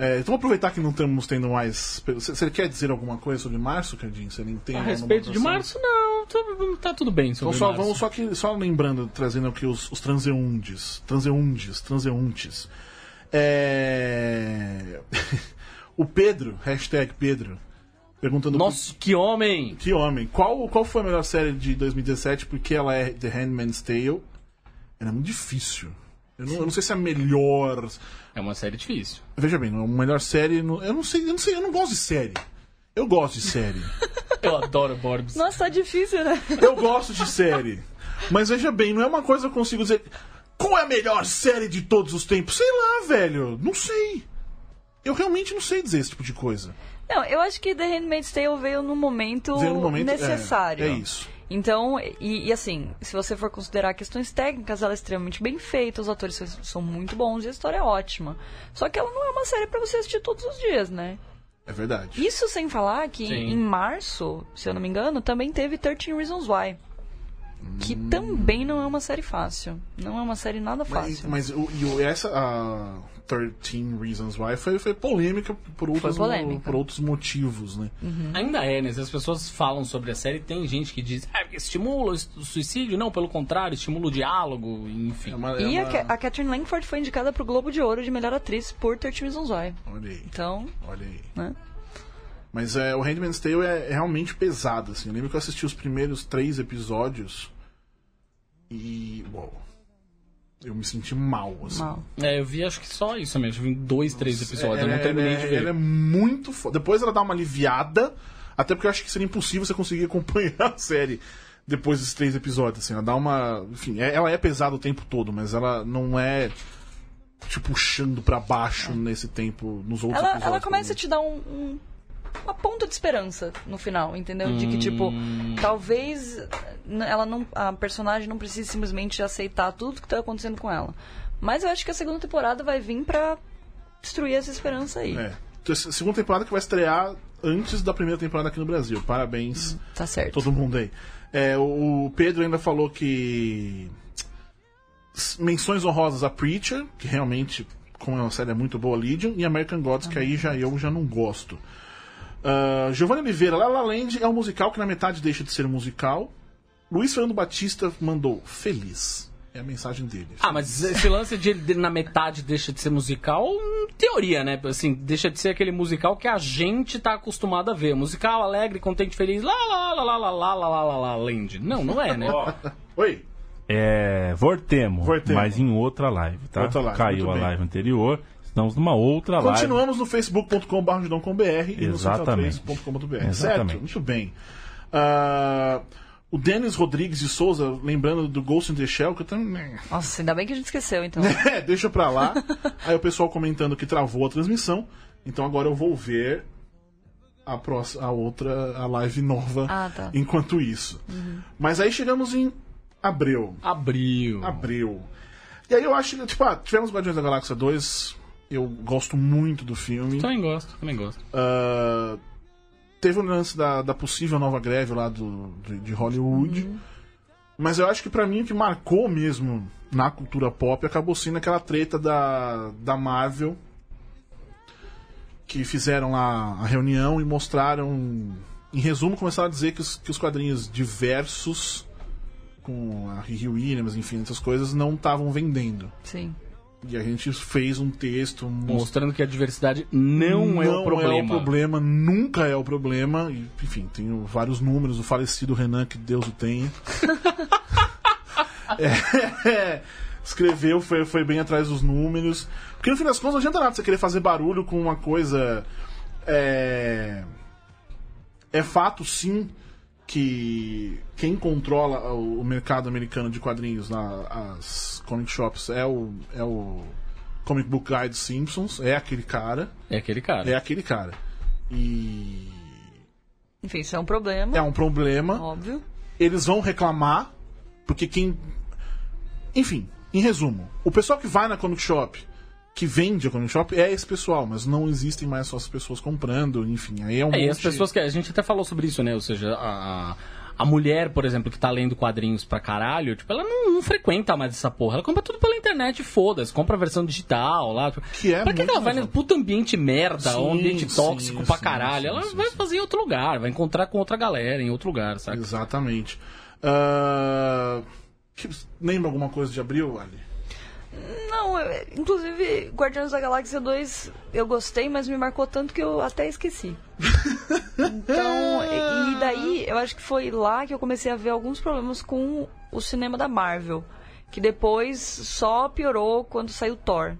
É, então vamos aproveitar que não estamos tendo mais. Você você quer dizer alguma coisa sobre março, Cardinho? Você nem tem
A
alguma
respeito de
notação?
março, não. Tá, tá tudo bem.
Então
Sobre
só
março.
vamos só que só lembrando, trazendo aqui os, os transeundes, transeundes, transeuntes. É... *laughs* o Pedro, hashtag Pedro, perguntando
Nossa, que homem!
que homem, qual qual foi a melhor série de 2017? Porque ela é The Handmaid's Tale. Era muito difícil. Eu não, eu não sei se é a melhor.
É uma série difícil.
Veja bem, não é a melhor série. não- Eu não sei, eu não sei, eu não gosto de série. Eu gosto de série.
Eu adoro Borbs.
Nossa, tá difícil, né?
Eu gosto de série. Mas veja bem, não é uma coisa que eu consigo dizer. Qual é a melhor série de todos os tempos? Sei lá, velho. Não sei. Eu realmente não sei dizer esse tipo de coisa.
Não, eu acho que The Handmaid's Tale veio num momento,
Dizer no momento. é,
necessário.
É, isso.
Então, e, e assim, se você for considerar questões técnicas, ela é extremamente bem feita, os atores são- são muito bons e a história é ótima. Só que ela não é uma série pra você assistir todos os dias, né?
É verdade.
Isso sem falar que
Sim.
em março, se eu não me engano, também teve 13 Reasons Why. Que
Hum.
também não é uma série fácil. Não é uma série nada
Mas,
fácil. né?
mas o- e o- essa a 13 Reasons Why foi, foi polêmica por outros,
polêmica. Uhum.
por outros motivos, né?
Ainda é, né? Se As pessoas falam sobre a série, tem gente que diz, ah, estimula o est- o suicídio. Não, pelo contrário, estimula o diálogo, enfim.
É uma- é
E a,
uma-
Ca- a Catherine Langford foi indicada pro Globo de Ouro de melhor atriz por 13 Reasons Why.
Olha aí,
Então,
olha aí.
né?
Mas é, o Handmaid's Tale é, é realmente pesado, assim. Eu lembro que eu assisti os primeiros três episódios e. Uou, eu me senti mal, assim.
Mal.
É, eu vi acho que só isso mesmo. Eu vi dois, três episódios.
Ela-
eu não terminei
ela-
de ver.
Ela é muito foda. Depois ela dá uma aliviada, até porque eu acho que seria impossível você conseguir *laughs* acompanhar a série depois dos três episódios, assim. Ela dá uma. Enfim, é- ela é pesada o tempo todo, mas ela não é. Te puxando pra baixo nesse tempo, nos outros
É. Ela,
episódios.
ela
pelo menos.
começa a te dar um, um- uma ponta de esperança no final, entendeu? De que, tipo,
Hum.
talvez n- ela não, a personagem não precise simplesmente aceitar tudo que tá acontecendo com ela. Mas eu acho que a segunda temporada vai vir pra destruir essa esperança aí.
É. Então, essa Segunda temporada que vai estrear antes da primeira temporada aqui no Brasil. Parabéns
Tá
a
certo.
todo mundo aí. É, o o Pedro ainda falou que. s- Menções honrosas a Preacher, que realmente, como é uma série é muito boa, Legion, e American Gods, que aí já eu já não gosto. Ah, Giovanni Oliveira, La La Land é um musical que na metade deixa de ser um musical. Luiz Fernando Batista mandou feliz. É a mensagem dele.
Ah, mas esse lance de ele na metade deixa de ser musical, hum, teoria, né? Assim, deixa de ser aquele musical que a gente tá acostumado a ver. Musical alegre, contente, feliz, lá, lá, lá, lá, lá, lá, lá, lá, lá, lá, land. Não, não é, né?
*laughs* Oi!
É. Vortemo,
Vortemo.
mas em outra live, tá?
Outra live,
Caiu
muito
a
bem.
live anterior. Estamos numa outra live.
Continuamos no facebook.com.br e no
Exatamente.
central3.com.br, certo?
Exatamente.
Muito bem. Ah, o Denis Rodrigues de Souza, lembrando do Ghost in the Shell, que eu também...
Nossa, ainda bem que a gente esqueceu, então.
*laughs* É, deixa pra lá. Aí o pessoal comentando que travou a transmissão. Então agora eu vou ver a, próxima, a outra, a live nova
Ah, tá. Uhum.
enquanto isso. Mas aí chegamos em abril.
Abril.
Abril. E aí eu acho que, tipo, ah, tivemos Guardiões da Galáxia 2. Eu gosto muito do filme.
Também gosto, também gosto.
Ah, teve o lance da, da possível nova greve lá do, de, de Hollywood. Mas eu acho que pra mim o que marcou mesmo na cultura pop acabou sendo aquela treta da, da Marvel que fizeram lá a reunião e mostraram. Em resumo, começaram a dizer que os, que os quadrinhos diversos, com a Riri Williams, enfim, essas coisas, não estavam vendendo.
Sim.
E a gente fez um texto mostrando
Mostrando que a diversidade não, é o problema.
é o problema, nunca é o problema. E, enfim, tenho vários números, o falecido Renan, que Deus o
*laughs*
tenha. É, escreveu, foi, foi bem atrás dos números. Porque no fim das contas não adianta nada você querer fazer barulho com uma coisa. É, é fato sim que quem controla o o mercado americano de quadrinhos na as comic shops é o, é o Comic Book Guy dos Simpsons, é aquele cara.
É aquele cara.
É aquele cara. E
Enfim, isso é um problema,
é um problema.
óbvio.
Eles vão reclamar, porque quem. Enfim, em resumo, o pessoal que vai na Comic Shop, que vende a Comic Shop, é esse pessoal, mas não existem mais só as pessoas comprando, enfim, aí é um.
É, e as
monte-
pessoas que. A gente até falou sobre isso, né? Ou seja, a. a... a mulher, por exemplo, que tá lendo quadrinhos pra caralho, tipo, ela não, não frequenta mais essa porra. Ela compra tudo pela internet, foda-se. Compra a versão digital lá. tipo,
Que é
pra que,
muito
que ela vai
mais
nesse puta ambiente merda,
Sim,
um ambiente
sim,
tóxico pra
sim,
caralho?
sim,
ela
sim,
vai
sim.
fazer em outro lugar, vai encontrar com outra galera em outro lugar, saca?
Exatamente. Ah, que- Lembra alguma coisa de abril, Ali?
Não, eu- inclusive, Guardiões da Galáxia 2 eu gostei, mas me marcou tanto que eu até esqueci. Então, e e daí eu acho que foi lá que eu comecei a ver alguns problemas com o cinema da Marvel. Que depois só piorou quando saiu Thor.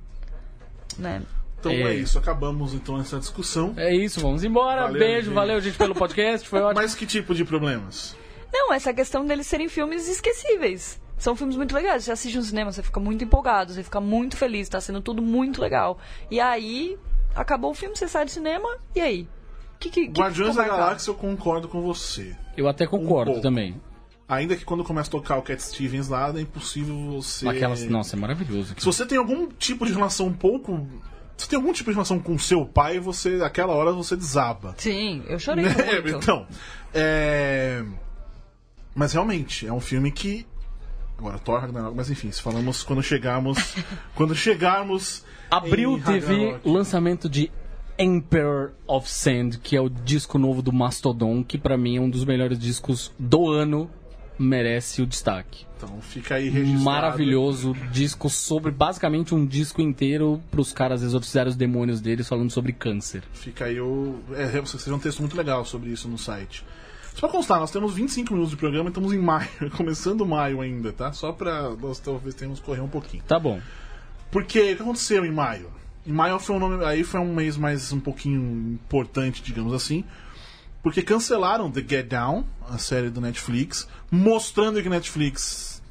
Né?
Então
É.
é isso, acabamos então essa discussão.
É isso, vamos embora.
Valeu,
Beijo,
gente.
valeu, gente, pelo podcast.
*laughs*
Foi ótimo.
Mas que tipo de problemas?
Não, essa questão deles serem filmes esquecíveis. São filmes muito legais. Você assiste no cinema, você fica muito empolgado, você fica muito feliz, tá sendo tudo muito legal. E aí, acabou o filme, você sai do cinema, e aí? Que, que, que
Guardiões
ficou
da
marcado?
Galáxia, eu concordo com você.
Eu até concordo
Um pouco.
também.
Ainda que quando começa a tocar o Cat Stevens lá, é impossível você.
Aquelas. Nossa, é maravilhoso.
Se você tem algum tipo de relação um pouco. Se tem algum tipo de relação com seu pai, você. Aquela hora você desaba.
Sim, eu
*laughs*
chorei
Né?
é
muito.
então. É... Mas realmente, é um filme que. Agora, Thor Ragnarok, mas enfim, se falamos quando
*laughs*
chegarmos. quando chegarmos.
Abril
em
teve
Ragnarok.
o lançamento de Emperor of Sand, que é o disco novo do Mastodon, que pra mim é um dos melhores discos do ano, merece o destaque.
Então fica aí registrado.
Maravilhoso disco sobre basicamente um disco inteiro pros caras exorcizarem os demônios deles falando sobre câncer.
Fica aí o. É, você fez um texto muito legal sobre isso no site. Só pra constar, nós temos 25 minutos de programa e estamos em maio, *laughs* começando maio ainda, tá? Só pra nós talvez tenhamos que correr um pouquinho.
Tá bom.
Porque o que aconteceu em maio? Em maio foi um nome, aí foi um mês mais um pouquinho importante, digamos assim, porque cancelaram The Get Down, a série do Netflix, mostrando que Netflix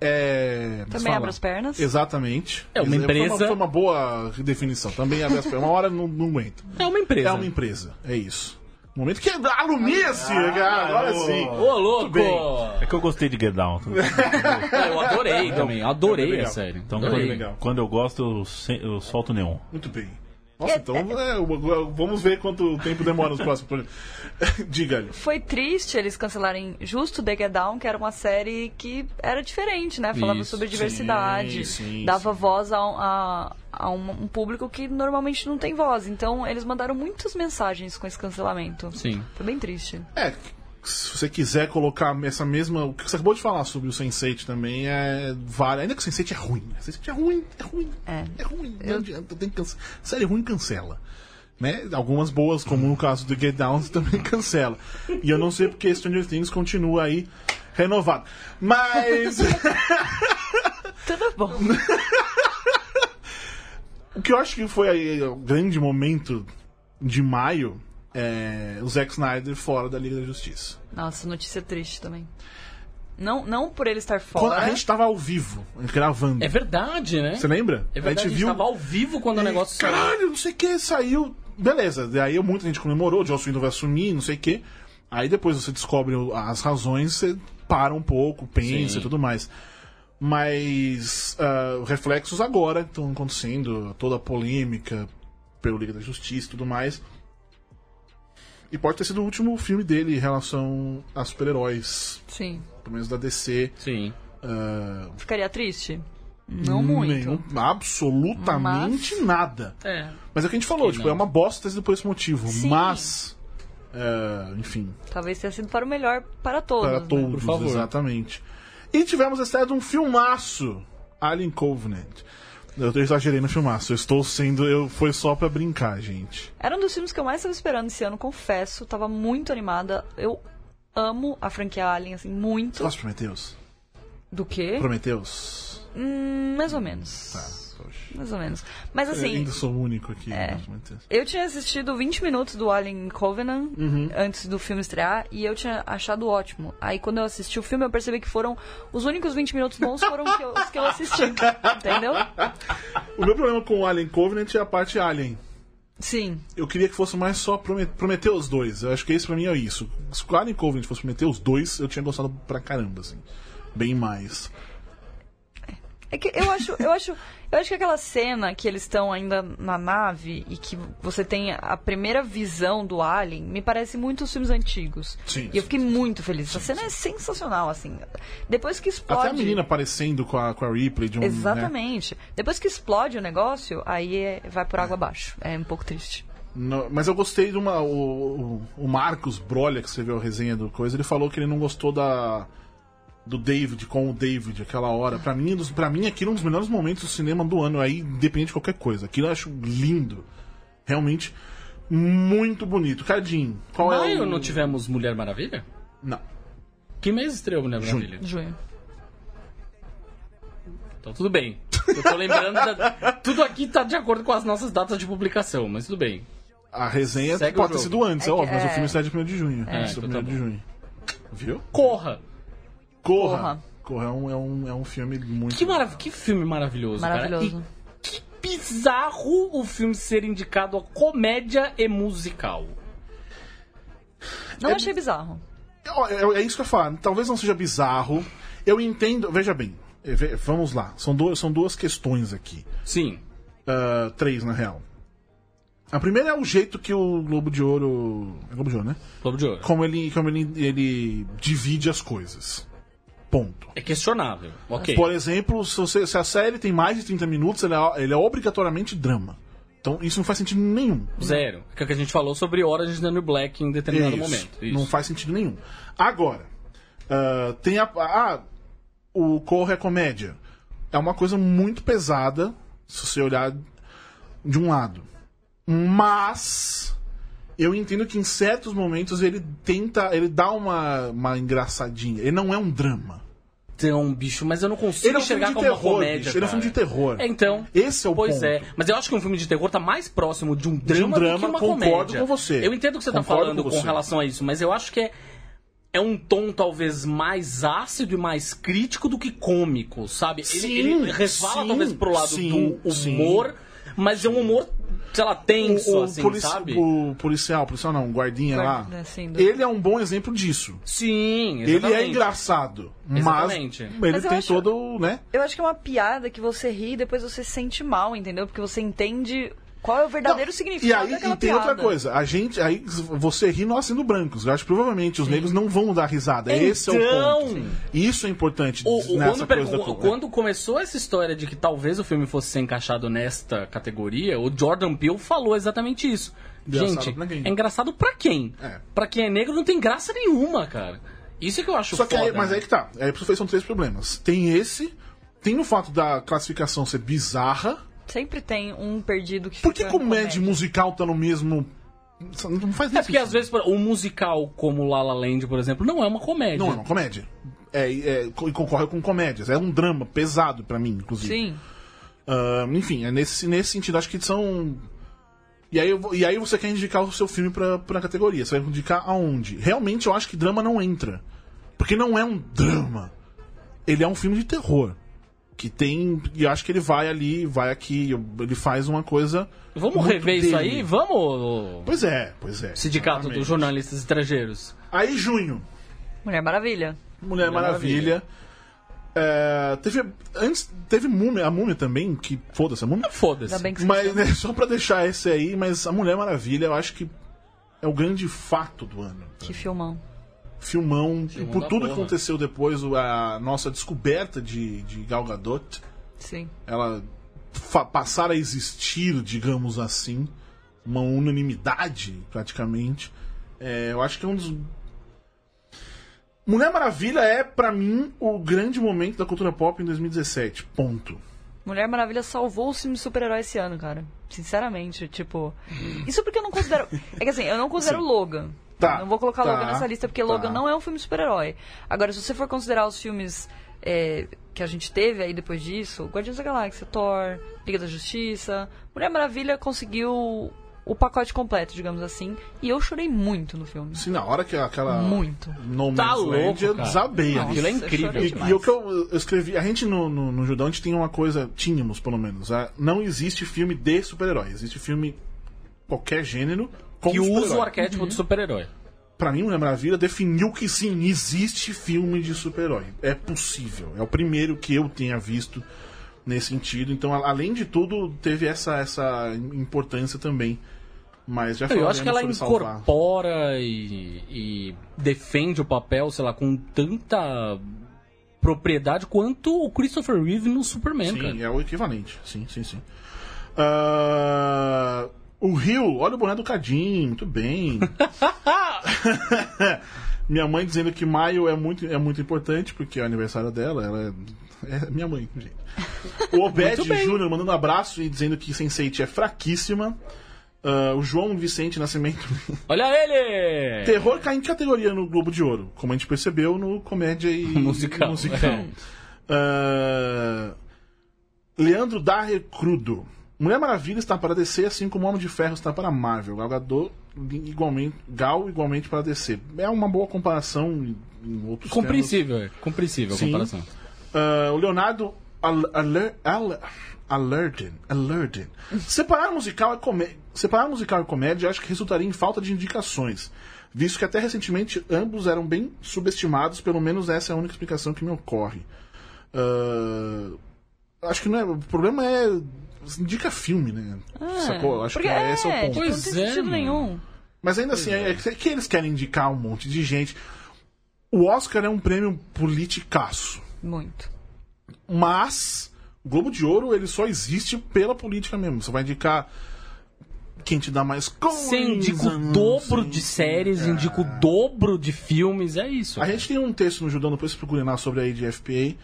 é
Também abre as pernas.
Exatamente.
É uma
Foi
empresa.
Foi uma boa definição. Também abre as pernas. Uma hora não, não aguento.
É uma empresa.
É uma empresa. É isso. No momento que alumia-se, cara. Agora
ô.
sim.
Ô, louco!
bem.
É que eu gostei de Get Down.
*laughs*
Eu adorei também,
É
adorei
legal.
a série.
Então,
Adorei.
Foi
quando,
legal.
quando eu gosto, eu, se- eu solto neon.
Muito bem. Nossa, então é, o- vamos ver quanto tempo demora nos próximos programas. *laughs* Diga-lhe.
Foi triste eles cancelarem justo The Get Down, que era uma série que era diferente, né? Falava
Isso,
sobre diversidade,
sim,
dava voz a, a- a um, um público que normalmente não tem voz. Então, eles mandaram muitas mensagens com esse cancelamento.
Sim.
Foi Tá bem triste.
É, se você quiser colocar essa mesma. O que você acabou de falar sobre o Sense8 também é. Vale. Ainda que o Sense8 é ruim. O Sense8 é ruim, é ruim.
É.
ruim. Não adianta, tem que cancelar. Série ruim cancela. Né? Algumas boas, como no caso do Get Down, *laughs* também cancela. E eu não sei porque Stranger Things continua aí renovado. *laughs* Mas. Tá
Tudo bom.
O que eu acho que foi aí é o grande momento de maio é o Zack Snyder fora da Liga da Justiça.
Nossa, notícia triste também. Não, não por ele estar
Quando
fora.
a gente tava ao vivo, gravando.
É verdade, né?
Você lembra?
É verdade,
a gente viu.
tava ao vivo quando o negócio saiu.
Caralho, não sei o que, saiu. Beleza, daí muita gente comemorou, o Joss Whedon vai assumir, não sei o que. Aí depois você descobre o- as razões, você para um pouco, pensa
Sim.
e tudo mais. Mas ah, reflexos agora estão acontecendo, toda a polêmica pelo Liga da Justiça e tudo mais. E pode ter sido o último filme dele em relação a super-heróis,
Sim.
pelo menos da DC.
Sim.
Ah, ah,
Ficaria triste? Não muito.
Hum, nenhum- absolutamente nada.
É.
Mas é o que a gente falou,
Que
tipo,
não.
é uma bosta ter sido por esse motivo.
Sim.
Mas. é, enfim,
Talvez tenha sido para o melhor para todos.
para
né?
todos,
Por favor.
exatamente. E tivemos a estreia de um filmaço: Alien Covenant. Eu eu exagerei no filmaço, eu estou sendo. Eu, foi só pra brincar, gente.
Era um dos filmes que eu mais estava esperando esse ano, confesso. Tava muito animada. Eu amo a franquia Alien, assim, muito.
Nossa, Prometeus.
Do quê?
Prometeus.
Hum, mais ou menos.
Tá, É, poxa.
Mais ou menos. Mas
Eu
assim,
ainda sou o único aqui.
É.
né, Prometheus.
eu tinha assistido 20 minutos do Alien Covenant
Uhum.
antes do filme estrear e eu tinha achado ótimo. Aí quando eu assisti o filme, eu percebi que foram. Os únicos 20 minutos bons foram que eu- os que
*laughs*
eu assisti. Entendeu?
O meu problema com o Alien Covenant é a parte Alien.
Sim.
Eu queria que fosse mais só Prome- Prometheus 2. Eu acho que isso pra mim é isso. Se o Alien Covenant fosse Prometheus 2, eu tinha gostado pra caramba, assim. Bem mais.
É que eu acho, eu acho, eu acho que aquela cena que eles estão ainda na nave e que você tem a primeira visão do alien, me parece muito os filmes antigos.
Sim,
E
sim,
eu fiquei muito feliz. Essa cena é sensacional, assim. Depois que explode.
Até a menina aparecendo com a, com a Ripley de um. né?
Exatamente. Depois que explode o negócio, aí é- vai por água abaixo. É um pouco triste.
No- mas eu gostei de uma. O, o- o Marcos Brolha, que escreveu a resenha do Coisa, ele falou que ele não gostou da. Do David com o David, aquela hora. Pra mim, dos- pra mim aquilo é um dos melhores momentos do cinema do ano, aí, independente de qualquer coisa. Aquilo eu acho lindo. Realmente, muito bonito. Cadinho, qual é
Maio
o.
Ah, não tivemos Mulher Maravilha?
Não.
Que mês estreou Mulher Maravilha?
Junho.
Então tudo bem. Eu tô lembrando da... *laughs* Tudo aqui tá de acordo com as nossas datas de publicação, mas tudo bem.
A resenha
Segue
pode
o
ter sido
jogo.
antes, é,
É que-
óbvio, mas o
é.
filme sai de 1 de junho.
É,
É,
então tá
1 de
bom.
junho. Viu?
Corra!
Corra! Corra é um, é um, é um filme muito.
Que, marav... que filme maravilhoso,
Maravilhoso.
cara. E que bizarro o filme ser indicado a comédia e musical.
Não achei bizarro.
Ó, É, é isso que eu ia falar. Talvez não seja bizarro. Eu entendo. Veja bem. eh, ve- Vamos lá. São duas, são duas questões aqui.
Sim.
Ah, três, na real. A primeira é o jeito que o Globo de Ouro. É Globo de Ouro, né?
Globo de Ouro.
Como ele, como ele, ele divide as coisas. Ponto.
É questionável. Ok.
Por exemplo, se, você- se a série tem mais de 30 minutos, ele é, ele é obrigatoriamente drama. Então isso não faz sentido nenhum.
Zero. Que é o que a gente falou sobre Orange is the New Black em determinado
Isso.
momento. Isso.
Não faz sentido nenhum. Agora, ah, tem a. Ah, o Corre é comédia. É uma coisa muito pesada, se você olhar de um lado. Mas. Eu entendo que em certos momentos ele tenta. Ele dá uma, uma engraçadinha. Ele não é um drama.
Tem um bicho, mas eu não consigo
Ele é um filme
enxergar
de
como uma
terror.
comédia.
bicho. Ele é um
cara.
filme de terror.
É, então.
Esse é o
pois
ponto.
é. Mas eu acho que um filme de terror tá mais próximo de um drama, do que
drama,
uma
concordo
comédia.
com você.
Eu entendo o que você tá
Concordo
falando
com
com,
você.
relação a isso, mas eu acho que é, é um tom talvez mais ácido e mais crítico do que cômico, sabe? Ele-
Sim,
ele, resvala
sim,
talvez pro lado
sim,
do
sim.
humor, mas é um humor, sei lá, tenso, assim,
polici-
sabe?
o policial, policial não, o guardinha lá.
Guarda- sim, do-
Ele é um bom exemplo disso.
Sim,
Ele é
exatamente.
engraçado,
Exatamente.
mas ele
Mas eu
tem
acho-
todo, o, né?
Eu acho que é uma piada que você ri e depois você se sente mal, entendeu? Porque você entende qual é o verdadeiro
Não,
significado
E aí
daquela
e tem
piada.
outra coisa, a gente, aí você ri nós sendo brancos. Eu acho que provavelmente os negros não vão dar risada. Esse é o
Então-
ponto. Isso é importante
O- o-
nessa
quando, per-
coisa da
o-
cultura.
quando começou essa história de que talvez o filme fosse ser encaixado nesta categoria, o Jordan Peele falou exatamente isso.
Engraçado
Gente,
pra quem?
é engraçado pra quem?
É.
Pra quem é negro não tem graça nenhuma, cara. Isso é que eu acho
Só que aí,
foda,
mas
né?
aí que tá. É, por isso que são três problemas. Tem esse, tem o fato da classificação ser bizarra.
Sempre tem um perdido que
Por que
fica
comédia, musical tá no mesmo não faz nem
É porque às vezes por- um musical como La La Land, por exemplo, não é uma comédia.
Não é uma comédia. É, é, co- e concorre com comédias. É um drama pesado pra mim, inclusive.
Sim.
Ah, enfim, é nesse, nesse sentido. Acho que são. E aí, eu vou- e aí você quer indicar o seu filme pra, pra categoria. Você vai indicar aonde? Realmente eu acho que drama não entra. Porque não é um drama. Ele é um filme de terror. Que tem. E eu acho que ele vai ali, vai aqui, eu- ele faz uma coisa.
Vamos
muito
rever isso
dele.
aí? Vamos, ô,
Pois é, pois é.
Sindicato
exatamente.
dos Jornalistas Estrangeiros.
Aí, junho.
Mulher Maravilha.
Mulher Maravilha. É, teve. Antes. Teve Múmia, a Múmia também, que. Foda-se, a Múmia.
Foda-se.
Ainda bem que
Mas né, *laughs* só pra deixar esse aí, mas a Mulher Maravilha, eu acho que é o grande fato do ano.
Que filmão.
Filmão.
Filmão
e por
da
tudo que
porra.
aconteceu depois, o- a nossa descoberta de, de Gal Gadot,
Sim.
ela fa- passar a existir, digamos assim, uma unanimidade, praticamente. É, eu acho que é um dos. Mulher Maravilha é, pra mim, o grande momento da cultura pop em 2017. Ponto.
Mulher Maravilha salvou o filme de super-herói esse ano, cara. Sinceramente, tipo. Isso porque eu não considero. É que assim, eu não considero Logan.
Hum. Tá,
Não vou colocar
tá,
Logan nessa lista porque
tá.
Logan não é um filme de super-herói. Agora, se você for considerar os filmes é, que a gente teve aí depois disso, Guardiões da Galáxia, Thor, Liga da Justiça, Mulher Maravilha conseguiu o pacote completo, digamos assim. E eu chorei muito no filme.
Assim, na hora que aquela.
Muito.
No Man's
Tá
Land,
louco,
eu
cara.
desabei. ali.
Aquilo é
Nossa, eu
incrível
chorei
E,
demais.
e o que eu, eu escrevi, a gente no, no, no Judão, a gente tinha uma coisa, tínhamos pelo menos, a- não existe filme de super-herói, existe filme qualquer gênero com
Que usa o
super-herói.
arquétipo do super-herói.
Pra mim, Mulher Maravilha definiu que sim, existe filme de super-herói. É possível. É o primeiro que eu tenha visto nesse sentido. Então, a- além de tudo, teve essa, essa importância também. Mas já
Eu acho que ela
falaremos sobre salvar.
incorpora e, e defende o papel, sei lá, com tanta propriedade quanto o Christopher Reeve no Superman,
Sim,
cara.
é o equivalente. Sim, sim, sim. Ah, o Rio, olha o boné do Cadim, muito
*laughs*
bem. minha mãe dizendo que maio é muito, é muito importante, porque é o aniversário dela, ela é, é minha mãe, gente. O Obed
Muito bem.
Júnior mandando um abraço e dizendo que Sense8 é fraquíssima. Ah, o João Vicente Nascimento.
Olha ele!
Terror cai em categoria no Globo de Ouro, como a gente percebeu no comédia e
*laughs* Musical,
musical.
é.
Ah, Leandro Darre Crudo. Mulher Maravilha está para DC, assim como Homem de Ferro está para Marvel. Galgador igualmente, Gal igualmente para DC. É uma boa comparação em- em outros termos.
Compreensível, é. compreensível a
Sim.
comparação.
Ah, o Leonardo Al- Aller- Al- Alerden, Alerden. Separar musical, e comé- Separar musical e comédia acho que resultaria em falta de indicações, visto que até recentemente ambos eram bem subestimados, pelo menos essa é a única explicação que me ocorre. Ah, acho que não é. O problema é. Indica filme, né? Sacou? Acho que
Ah, porque
é, esse é o ponto.
tipo, não
Pois
tem
é,
sentido
mano.
nenhum.
Mas ainda assim, é. que- que eles querem indicar um monte de gente. O Oscar é um prêmio politicaço
Muito.
mas o Globo de Ouro ele só existe pela política mesmo. Você vai indicar quem te dá mais coisa.
Você indica o dobro de séries, indica o dobro de filmes, é isso.
é. A gente tem um texto no Judão, depois procurem lá sobre a ADFPA,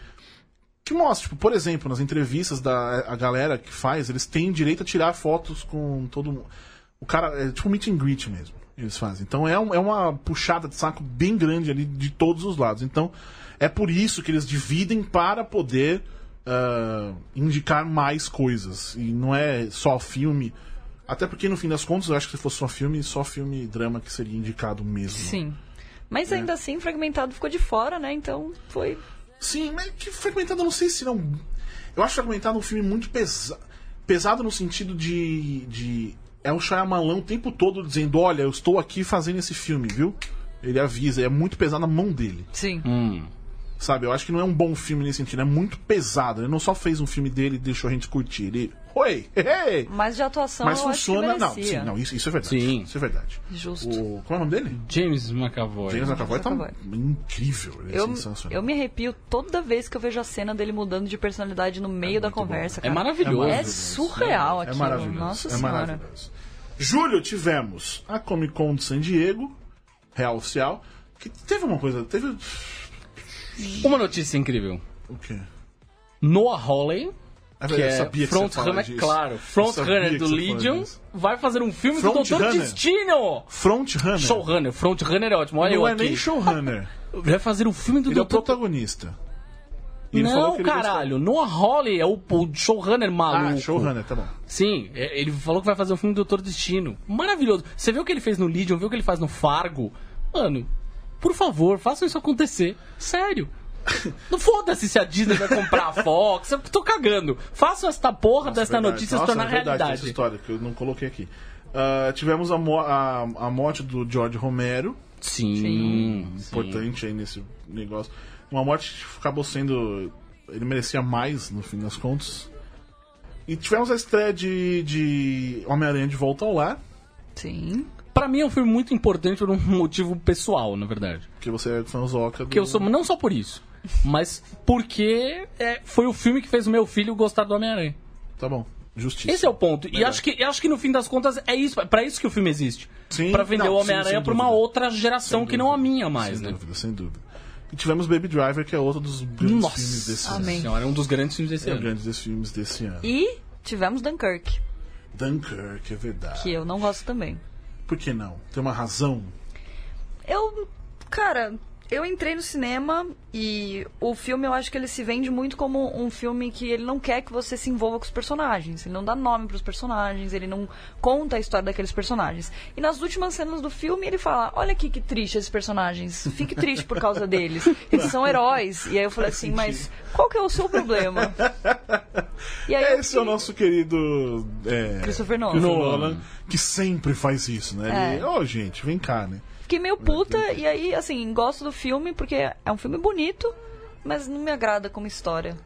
que mostra, tipo, por exemplo, nas entrevistas da a galera que faz, eles têm direito a tirar fotos com todo mundo. O cara, é tipo um meet and greet mesmo, eles fazem. Então é, um- é uma puxada de saco bem grande ali de todos os lados. Então é por isso que eles dividem para poder ah, indicar mais coisas. E não é só filme. Até porque no fim das contas, eu acho que se fosse só filme, só filme e drama que seria indicado mesmo.
Sim. Mas
É.
ainda assim, fragmentado ficou de fora, né? Então foi.
Sim, mas é que fragmentado eu não sei se não. Eu acho fragmentado um filme muito pesado. Pesado no sentido de. de... É o Shyamalan o tempo todo dizendo: Olha, eu estou aqui fazendo esse filme, viu? Ele avisa, é muito pesado a mão dele.
Sim.
Hum.
Sabe? Eu acho que não é um bom filme nesse sentido, é muito pesado. Ele não só fez um filme dele e deixou a gente curtir. Ele. Oi! Hey!
Mas de atuação
Mas
Então, eu
funciona.
acho que
Não,
merecia.
sim, não, isso, isso é verdade.
Sim.
Isso é verdade.
Justo.
O, como é o nome dele?
James McAvoy.
James McAvoy tá
McAvoy.
incrível, ele é
Eu,
sensacional.
eu me arrepio toda vez que eu vejo a cena dele mudando de personalidade no meio da
muito bom.
conversa,
É
cara.
maravilhoso.
É surreal
É
aquilo.
maravilhoso.
Nossa
é
senhora.
maravilhoso. Julho tivemos a Comic Con de San Diego, real oficial, que teve uma coisa, teve
Uma notícia incrível.
o quê?
Noah Hawley,
É
que
verdade,
é front runner, é claro, front
Eu sabia
runner
que
do
você ia falar
Legion,
disso.
vai fazer um filme
Front
do Doutor
runner?
Destino.
Front runner.
Showrunner, front runner é ótimo. Olha eu
Não é
aqui.
nem
*laughs*
showrunner.
Vai fazer um filme do
Ele é o
Doutor
protagonista. E ele falou
Não,
que ele
caralho. Noah Hawley é o, o showrunner
gostou-
maluco.
Ah, showrunner, tá bom.
Sim, é- ele falou que vai fazer um filme do Doutor Destino. Maravilhoso. Você viu o que ele fez no Legion, viu o que ele faz no Fargo? Mano, por favor, façam isso acontecer.
*laughs*
Sério. Não foda-se se a Disney vai comprar a Fox. Eu tô cagando. Façam esta porra
Nossa,
dessa
verdade.
notícia
Nossa,
se tornar
é verdade, tem Essa
realidade.
história que eu não coloquei aqui. Ah, tivemos a, mo- a- a morte do George Romero.
Sim.
importante aí nesse negócio. Uma morte que acabou sendo. Ele merecia mais, no fim das contas. E tivemos a estreia de, de Homem-Aranha de Volta ao Lar.
Sim.
Pra mim é um filme muito importante por um motivo pessoal, na verdade.
Porque você é fanzoca do...
Porque eu sou. Não só por isso, mas porque é, foi o filme que fez o meu filho gostar do Homem-Aranha.
Tá bom. Justiça.
Esse é o ponto. E acho que, eu acho que no fim das contas é isso, é pra isso que o filme existe.
Sim,
Pra vender
não,
o
sim,
Homem-Aranha
sem
pra uma
dúvida.
outra geração que não a minha mais,
sem
né?
dúvida, sem dúvida. E tivemos Baby Driver, que é outro dos grandes filmes desse
Nossa
ano.
Amém.
senhora, é um dos grandes filmes desse
É um
ano.
grande dos filmes desse ano.
E tivemos Dunkirk,
Dunkirk, é verdade.
que eu não gosto também.
Por que não? Tem uma razão?
Eu, cara, eu entrei no cinema e o filme eu acho que ele se vende muito como um filme que ele não quer que você se envolva com os personagens. Ele não dá nome pros personagens, ele não conta a história daqueles personagens. E nas últimas cenas do filme ele fala: Olha aqui que triste esses personagens, fique triste por causa deles. Eles são heróis. E aí eu falei assim: Mas qual que é o seu problema? E aí eu
Esse é o
fiquei-
nosso querido. É,
Christopher Nolan.
Christopher
Nolan.
Nolan, que sempre faz isso, né?
É.
Ele, Ô, gente, vem cá, né?
Fiquei meio puta
é?
e aí, assim, gosto do filme porque é um filme bonito, mas não me agrada como história,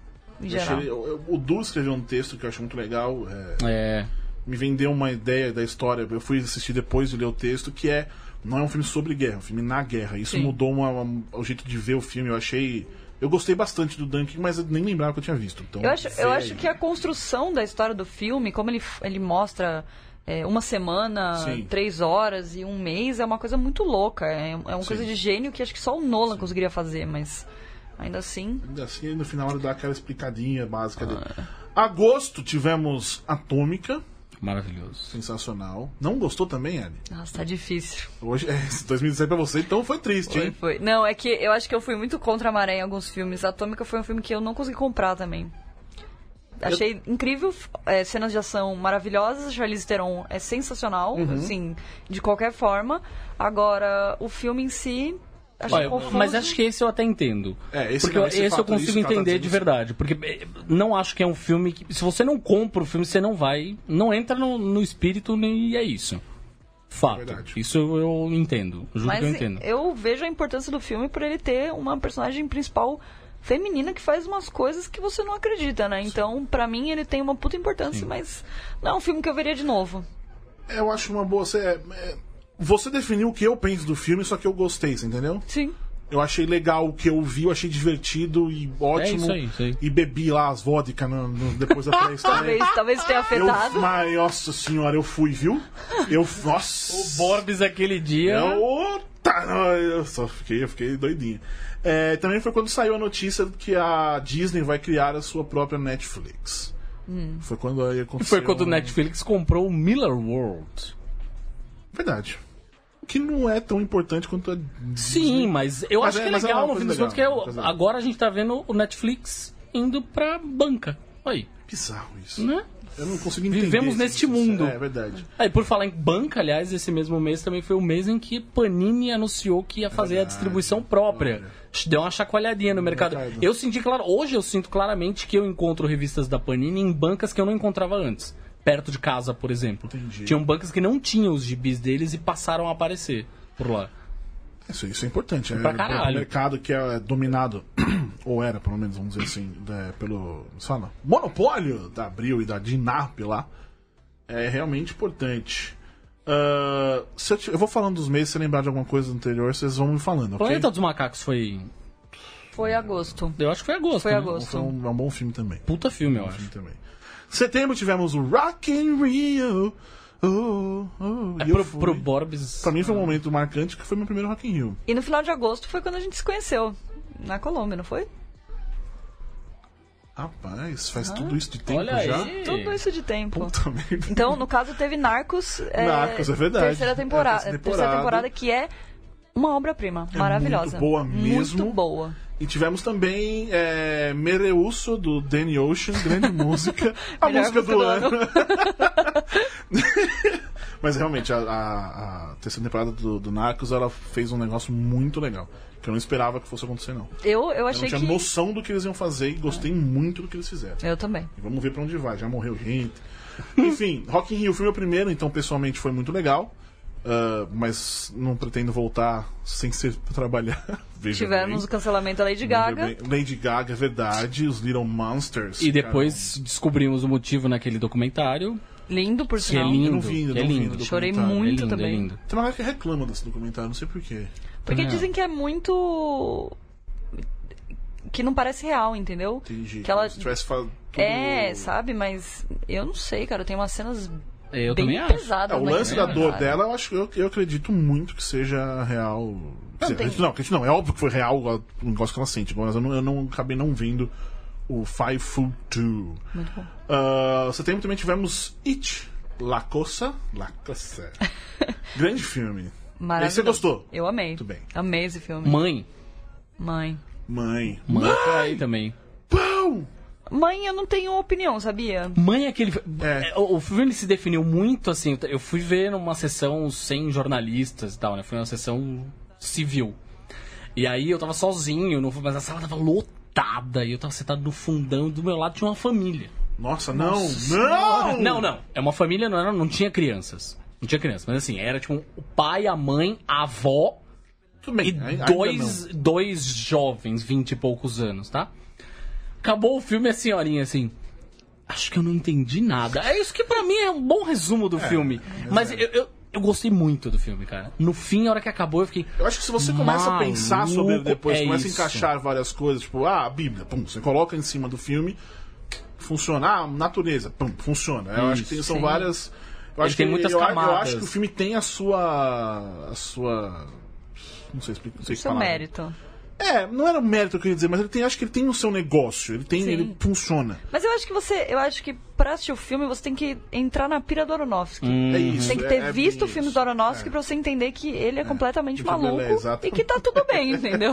em
Eu
geral.
achei- eu- eu- o Du escreveu um texto que eu acho muito legal. é,
É.
me vendeu uma ideia da história. Eu fui assistir depois de ler o texto, que é. Não é um filme sobre guerra, é um filme na guerra. Isso
Sim.
mudou uma- uma- o jeito de ver o filme. Eu achei. Eu gostei bastante do Dunkin', mas eu nem lembrava que eu tinha visto. Então,
Eu acho,
vê
eu
aí.
acho que a construção da história do filme, como ele, f- ele mostra é, uma semana,
Sim.
três horas e um mês, é uma coisa muito louca. É, é uma coisa
Sim.
de gênio que acho que só o Nolan conseguiria fazer, mas ainda assim.
Ainda assim, no final ele dá aquela explicadinha básica dele.
Ah.
Agosto tivemos Atômica,
Maravilhoso.
sensacional. Não gostou também, Anne?
Nossa, tá difícil.
Hoje, *laughs* é, esse 2017 pra você, então foi triste,
Foi,
hein?
foi. Não, é que eu acho que eu fui muito contra a maré em alguns filmes. Atômica foi um filme que eu não consegui comprar também. Achei incrível, f- é, cenas de ação maravilhosas, Charlize Theron é sensacional,
Uhum.
assim, de qualquer forma. Agora, o filme em si, achei
Olha,
confuso.
mas acho que esse eu até entendo.
É, esse
porque
não, esse
esse, eu
fato, isso
consigo
que ela tá
entender
dizendo,
de
sim.
verdade. Porque eh, não acho que é um filme que. Se você não compra o filme, você não vai. Não entra no, no espírito nem- e é isso. Fato.
Verdade.
Isso eu, eu entendo. Juro
Mas
é que eu entendo.
eu vejo a importância do filme por ele ter uma personagem principal feminina que faz umas coisas que você não acredita, né? Então, pra mim, ele tem uma puta importância, mas não é um filme que eu veria de novo.
Eu acho uma boa. Você, é, é, você definiu o que eu penso do filme, só que eu gostei, você entendeu?
Sim.
Eu achei legal o que eu vi, eu achei divertido e ótimo.
É isso aí, isso aí.
E bebi lá as vodka no- no- depois da playlist também.
Talvez,
*laughs*
talvez tenha
Eu,
afetado.
mas, nossa senhora, eu fui, viu? Eu, nossa.
O né? Borbs aquele dia.
Eu, tá, eu só fiquei, eu fiquei doidinho. É, também foi quando saiu a notícia que a Disney vai criar a sua própria Netflix. Foi quando aí aconteceu.
Foi quando o Netflix comprou o Miller World.
Verdade. O que não é tão importante quanto a
Sim, mas eu
Mas
acho
é-
que é
mas é uma
legal no
coisa
fim das
legal,
contas, que é o-
uma coisa legal.
agora a gente tá vendo o Netflix indo pra banca. Aí,
Bizarro isso.
né?
Eu não consigo entender.
Vivemos
isso,
neste
isso,
mundo.
É, verdade.
Aí, Ah, por falar em banca, aliás, esse mesmo mês também foi o mês em que Panini anunciou que ia fazer a
Verdade.
distribuição própria.
Olha.
Deu uma chacoalhadinha no mercado.
mercado.
Eu senti, claro, hoje eu sinto claramente que eu encontro revistas da Panini em bancas que eu não encontrava antes. Perto de casa, por exemplo.
Entendi.
Tinham bancas que não tinham os gibis deles e passaram a aparecer por lá.
Isso, isso é importante. É,
Pra caralho.
O mercado que é dominado, *clears throat* ou era pelo menos, vamos dizer assim, é, pelo sabe, monopólio da Abril e da Dinarp lá, é realmente importante. Ah, se eu, te- eu vou falando dos meses, se eu lembrar de alguma coisa anterior, vocês vão me falando, ok?
Planeta dos Macacos foi.
Foi agosto.
Eu acho que foi agosto.
Foi
né?
agosto.
Foi um, é um bom filme também.
Puta filme, eu
Bom filme
acho.
também. Setembro tivemos o Rock in Rio. Oh, oh,
É
e eu
pro,
fui.
pro Borbs.
Pra mim foi um momento marcante que foi meu primeiro Rock in Rio.
E no final de agosto foi quando a gente se conheceu. Na Colômbia, não foi?
Rapaz, faz tudo isso de tempo
Olha
já?
aí.
Tudo isso de tempo.
Puta *laughs* merda.
Então, no caso, teve Narcos.
Narcos, é verdade.
Terceira
É a
temporada.
terceira
Terceira
temporada,
temporada que é uma obra-prima.
É
maravilhosa.
muito boa mesmo.
Muito boa.
E tivemos também é, Mereusso, do Danny Ocean, grande música. A
Melhor
música do
música
ano.
do
*laughs* Mas realmente, a, a- a terceira temporada do, do Narcos, ela fez um negócio muito legal. Que eu não esperava que fosse acontecer, não.
Eu, eu
Eu não
achei
tinha
que.
noção do que eles iam fazer e gostei muito do que eles fizeram.
Eu também.
E vamos ver pra onde vai. Já morreu gente. *laughs* Enfim, Rock in Rio foi meu primeiro, então pessoalmente foi muito legal. Ah, mas não pretendo voltar sem ser pra trabalhar. *laughs* Veja
Tivemos o
bem.
cancelamento da
Veja
Lady Gaga.
bem. Lady Gaga, é verdade. Os Little Monsters.
E depois descobrimos o motivo naquele documentário.
Lindo, por
Que é
sinal.
lindo.
não vi ainda,
que é
não vi
lindo.
ainda.
Chorei
documentário.
muito
é lindo,
também.
É lindo.
Tem uma galera que reclama desse documentário, não sei porquê.
Porque
É.
dizem que é muito. que não parece real, entendeu?
Entendi.
Que ela-
Se tivesse falado tudo-
É, sabe? Mas eu não sei, cara. Tem umas cenas
É, Eu
bem
também acho.
É,
pesadas.
o
né,
lance
que
da
tem,
dor
cara.
dela, eu acho que eu, eu acredito muito que seja real. Quer dizer,
tem-
a gente- Não, acredito não, é óbvio que foi real o negócio que ela sente, mas eu não, eu não acabei não vendo o Five Foot Two.
Muito bom.
Ah, setembro também tivemos It, La Coça. La Coça. Grande filme.
Maravilhoso.
Esse você gostou?
Eu amei.
Muito bem.
Amei esse filme.
Mãe.
Mãe.
Mãe.
Mãe foi aí também.
Pão!
Mãe, eu não tenho opinião, sabia?
Mãe é aquele.
É.
é, O o filme ele se definiu muito assim. Eu fui ver numa sessão sem jornalistas e tal, né? Foi uma sessão civil. E aí eu tava sozinho, no- mas a sala tava lotada e eu tava sentado no fundão e do meu lado tinha uma família.
Nossa, não! não!
Não, não. É uma família, não, era, não tinha crianças. Não tinha crianças, mas assim, era tipo o pai, a mãe, a avó
Tudo bem.
e
ai- É, ainda
dois, dois jovens, vinte e poucos anos, tá? Acabou o filme, a senhorinha assim. Acho que eu não entendi nada. É isso que pra mim é um bom resumo do filme.
é
Mas eu, eu, eu gostei muito do filme, cara. No fim, a hora que acabou, eu fiquei.
Eu acho que se você começa a pensar sobre ele
Maluco,
depois,
é
começa
isso.
a encaixar várias coisas, tipo, ah, a Bíblia, pum, você coloca em cima do filme, funciona. Ah, natureza, pum, funciona. Eu acho que tem- são
sim.
várias. Eu acho
tem
que,
muitas
eu, eu
camadas.
acho que o filme tem a sua. a sua. Não sei explicar. Não sei que
Seu
palavra.
um mérito.
É, não era um mérito que eu queria dizer, mas ele tem, acho que ele tem o seu negócio, ele tem,
Sim.
ele funciona.
Mas eu acho que você. Eu acho que pra assistir o filme, você tem que entrar na pira do Aronofsky.
Hum.
É isso.
Uhum. Tem que
é-
ter
é
visto o
bem *laughs*
filme
isso.
do Aronofsky pra você entender que ele é completamente
que
maluco
ele é, exato.
e que tá tudo bem, entendeu?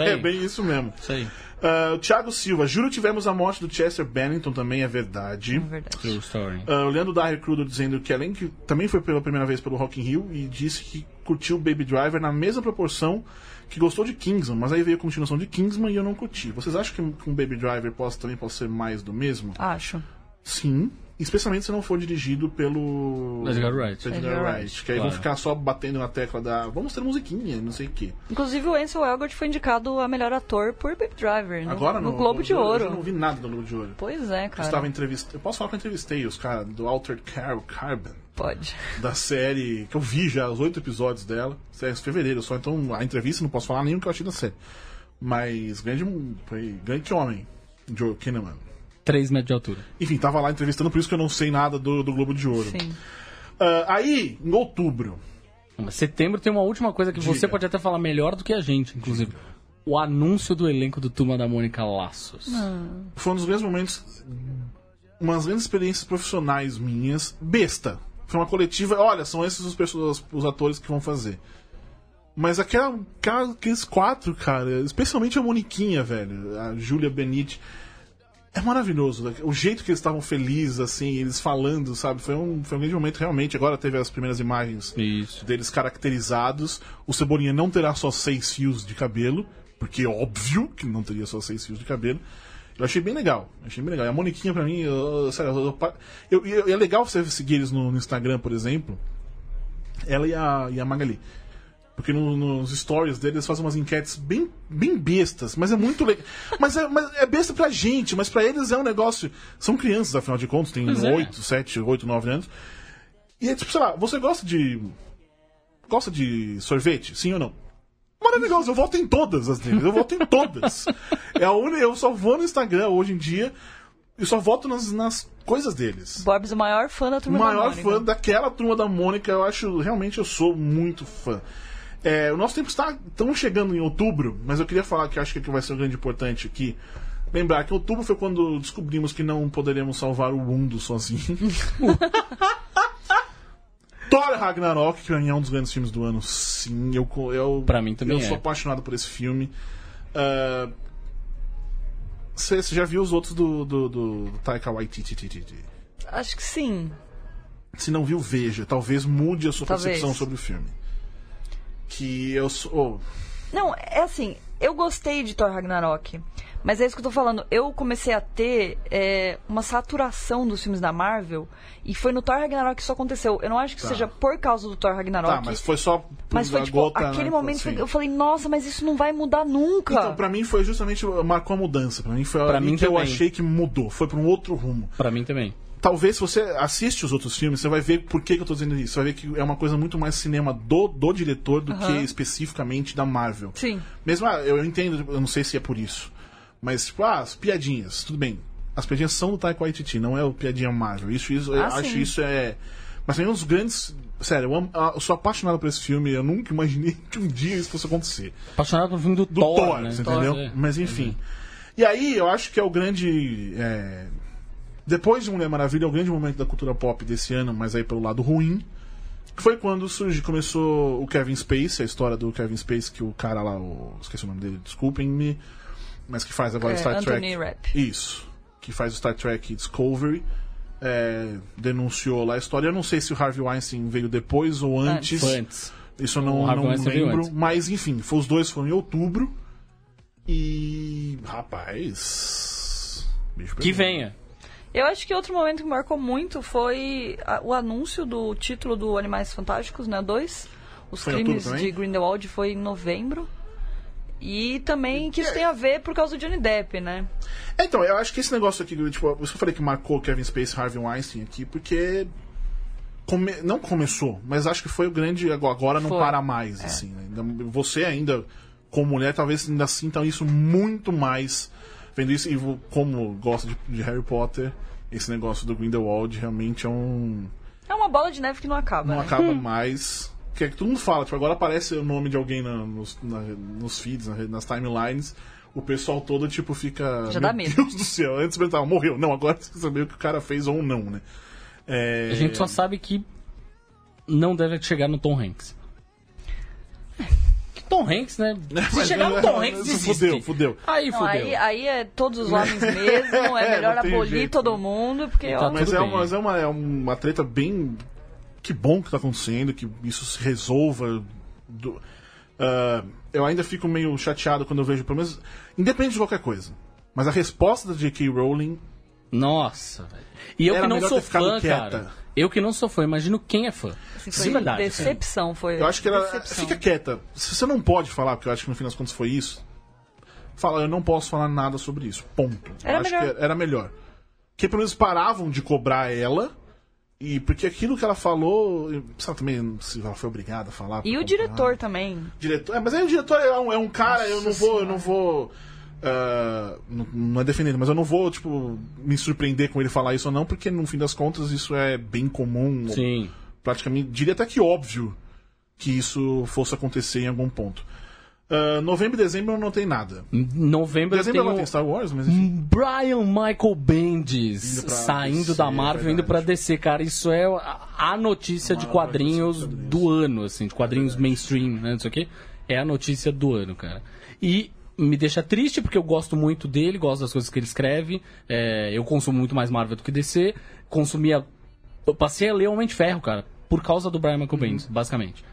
*laughs* É,
aí.
é bem isso mesmo.
Isso aí.
Ah, o Thiago Silva, juro tivemos a morte do Chester Bennington, também é verdade.
É verdade.
True story.
Ah, o Leandro da Recruiter dizendo que além que também foi pela primeira vez pelo Rock in Rio e disse que curtiu Baby Driver na mesma proporção que gostou de Kingsman, mas aí veio a continuação de Kingsman e eu não curti. Vocês acham que com Baby Driver posso, também pode ser mais do mesmo?
Acho.
Sim. Especialmente se não for dirigido pelo.
Edgar Wright.
Edgar
Edgar
Wright, Que aí
claro.
vão ficar só batendo na tecla da. Vamos ter musiquinha, não sei o quê.
Inclusive o Ansel Elgort foi indicado a melhor ator por Baby Driver no,
Agora
no
não,
Globo de
Eu não
Ouro.
vi nada do Globo de Ouro.
Pois é,
Eu
cara.
estava entrevistando. Eu posso falar que eu entrevistei os caras do Altered Car Carbon.
Pode.
da série que eu vi já, os oito episódios dela. Série de fevereiro só, então a entrevista não posso falar nem o que eu achei da série. Mas grande, foi grande homem, Joe Kinnaman.
Três metros de altura.
Enfim, tava lá entrevistando, por isso que eu não sei nada do, do Globo de Ouro.
Sim.
Ah, aí, em outubro,
Mas setembro tem uma última coisa que você
Diga.
pode até falar melhor do que a gente, inclusive. O anúncio do elenco do Turma da Mônica Laços.
foi um dos grandes momentos, umas grandes experiências profissionais minhas, besta. Foi uma coletiva, olha, são esses os, pessoas, os atores que vão fazer. Mas aquela, aquela- aqueles quatro, cara, especialmente a Moniquinha, velho, a Júlia Benite, é maravilhoso. né? O jeito que eles estavam felizes, assim, eles falando, sabe? Foi um, foi um grande momento, realmente. Agora teve as primeiras imagens
Isso.
deles caracterizados. O Cebolinha não terá só seis fios de cabelo, porque é óbvio que não teria só seis fios de cabelo. Eu achei bem legal. Achei bem legal. E a Moniquinha, pra mim, eu- eu- sério, eu- eu pa- eu- eu- é legal você seguir eles no, no Instagram, por exemplo. Ela e a, e a Magali. Porque no- nos stories deles eles fazem umas enquetes bem, bem bestas, mas é muito legal. mas, é, mas é besta pra gente, mas pra eles é um negócio. São crianças, afinal de contas, têm
Pois é.
8, 7, 8, 9 anos. E é tipo, sei lá, você gosta de. Gosta de sorvete? Sim ou não? Maravilhoso, eu voto em todas as deles, eu voto em todas. É a única, eu só vou no Instagram hoje em dia e só voto nas, nas coisas deles.
Bob's é o maior fã da
O
turma então. da
maior
Mônica.
fã daquela turma da Mônica, eu acho, realmente eu sou muito fã. É, o nosso tempo está tão chegando em outubro, mas eu queria falar que eu acho que aqui vai ser um grande importante aqui. Lembrar que outubro foi quando descobrimos que não poderíamos salvar o mundo sozinho.
*laughs*
Thor Ragnarok, que pra mim é um dos grandes filmes do ano, sim. Eu, co- eu,
Pra mim também
Eu sou
é.
apaixonado por esse filme. Você já viu os outros do, do, do, do Taika Waititi?
Acho que sim.
se não viu, veja. Talvez mude a sua
Talvez.
percepção sobre o filme. Que eu sou. oh,
Não, é assim, eu gostei de Thor Ragnarok. Mas é isso que eu tô falando. Eu comecei a ter é, uma saturação dos filmes da Marvel. E foi no Thor Ragnarok que isso aconteceu. Eu não acho que
Tá.
seja por causa do Thor Ragnarok.
tá, mas foi só. por
mas foi
a
tipo,
gota,
aquele
né,
momento
assim.
que eu falei, nossa, mas isso não vai mudar nunca.
Então, pra mim foi justamente. Marcou a mudança. Pra mim foi
Pra
ali
mim
que eu
também.
achei que mudou. Foi pra um outro rumo.
Pra mim também.
talvez se você assiste os outros filmes, você vai ver por que, que eu tô dizendo isso. Você vai ver que é uma coisa muito mais cinema do, do diretor do que
Aham.
especificamente da Marvel.
Sim.
Mesmo, ah, eu, eu entendo, eu não sei se é por isso. Mas, tipo, ah, as piadinhas, tudo bem. As piadinhas são do Taika Waititi, não é o piadinha Marvel. Isso, isso eu
Ah,
acho
sim.
isso é... Mas também um dos grandes... Sério, eu, amo- ah, eu sou apaixonado por esse filme. Eu nunca imaginei *laughs* que um dia isso fosse acontecer
Apaixonado pelo filme do,
do
Thor,
Thor,
né?
você entendeu?
é.
Mas enfim. E aí, eu acho que é o grande. é, Depois de Mulher Maravilha, é o grande momento da cultura pop desse ano, mas aí pelo lado ruim. Que foi quando surge, começou o Kevin Space, a história do Kevin Space, que o cara lá, o- esqueci o nome dele, desculpem-me, mas que faz agora
É,
Star Trek.
Anthony Rapp.
Isso. Que faz o Star Trek Discovery. é, denunciou lá a história. Eu não sei se o Harvey Weinstein veio depois ou antes.
Foi antes.
Isso eu não,
O Harvey
não
Weinstein veio
lembro.
antes.
Mas enfim, foi, os dois foram em outubro. E. Rapaz. bicho
Que
pegou.
venha.
Eu acho que outro momento que marcou muito foi a- o anúncio do título do Animais Fantásticos, né? 2. Os
Foi em
crimes
outubro
de
também?
Grindelwald foi em novembro. E também que isso tem a ver por causa do Johnny Depp, né?
É, Então, eu acho que esse negócio aqui, tipo, eu só falei que marcou Kevin Space e Harvey Weinstein aqui, porque. come- Não começou, mas acho que foi o grande. agora- Agora não
Foi.
para
É.
mais, assim. né? Ainda- Você ainda, como mulher, talvez ainda sinta isso muito mais. Vendo isso, e vo- como gosta de, de Harry Potter, esse negócio do Grindelwald realmente é um.
É uma bola de neve que não acaba,
não
né?
acaba mais. Que é que todo mundo fala, tipo, agora aparece o nome de alguém na- nos, na- nos feeds, na- nas timelines, o pessoal todo, tipo, fica.
Já dá
Meu
medo."
Deus do céu, antes perguntava, morreu. Não, agora você quer saber o que o cara fez ou não, né? É,
A gente só sabe que não deve chegar no Tom Hanks. Que Tom
*laughs*
Hanks, né? Se
mas-
chegar no Tom Hanks, desiste.
Fudeu, fudeu.
Aí
Não,
fudeu.
aí, aí é todos os homens mesmo, é
*laughs* É,
melhor
não tem
abolir
jeito,
todo mundo, porque
Então,
ó,
mas-
Mas,
Tudo
é
bem.
uma, mas é, uma, é uma treta bem. Que bom que tá acontecendo, que isso se resolva. do- Ah, eu ainda fico meio chateado quando eu vejo, pelo menos. Independente de qualquer coisa. Mas a resposta da J.K. Rowling
Nossa, velho. E eu
Era
que não
melhor
sou
ter ficado
fã,
quieta.
cara. Eu que não sou fã, imagino quem é fã.
assim,
De
foi
verdade.
decepção. Foi
Eu acho que ela
decepção.
fica quieta. Se você não pode falar, porque eu acho que no fim das contas foi isso, fala, eu não posso falar nada sobre isso. Ponto.
Era
eu acho
melhor.
que era melhor. Porque pelo menos paravam de cobrar ela. E porque aquilo que ela falou. eu- Sabe também se ela foi obrigada a falar.
E
por
o
conta-
diretor também.
diretor. É, mas aí o diretor é um, é um cara, eu não vou, eu não vou. ah, não, não é defendendo, mas eu não vou, tipo, me surpreender com ele falar isso ou não, porque no fim das contas isso é bem comum.
Sim.
Praticamente, diria até que óbvio que isso fosse acontecer em algum ponto. Ah, novembro e dezembro eu não notei nada.
Em novembro eu
Dezembro é ela
tenho Hum.
tem Star Wars, mas enfim.
Brian Michael Bendis
Indo pra
saindo
DC,
da Marvel,
verdade.
indo pra DC, cara. Isso é a- a notícia de quadrinhos do ano, assim, de quadrinhos mainstream, né? Não sei o quê. É a notícia do ano, cara. E me deixa triste porque eu gosto muito dele, gosto das coisas que ele escreve. É, eu consumo muito mais Marvel do que DC. Consumia. Eu passei a ler Homem de Ferro, cara, por causa do Brian Michael Bendis, basicamente.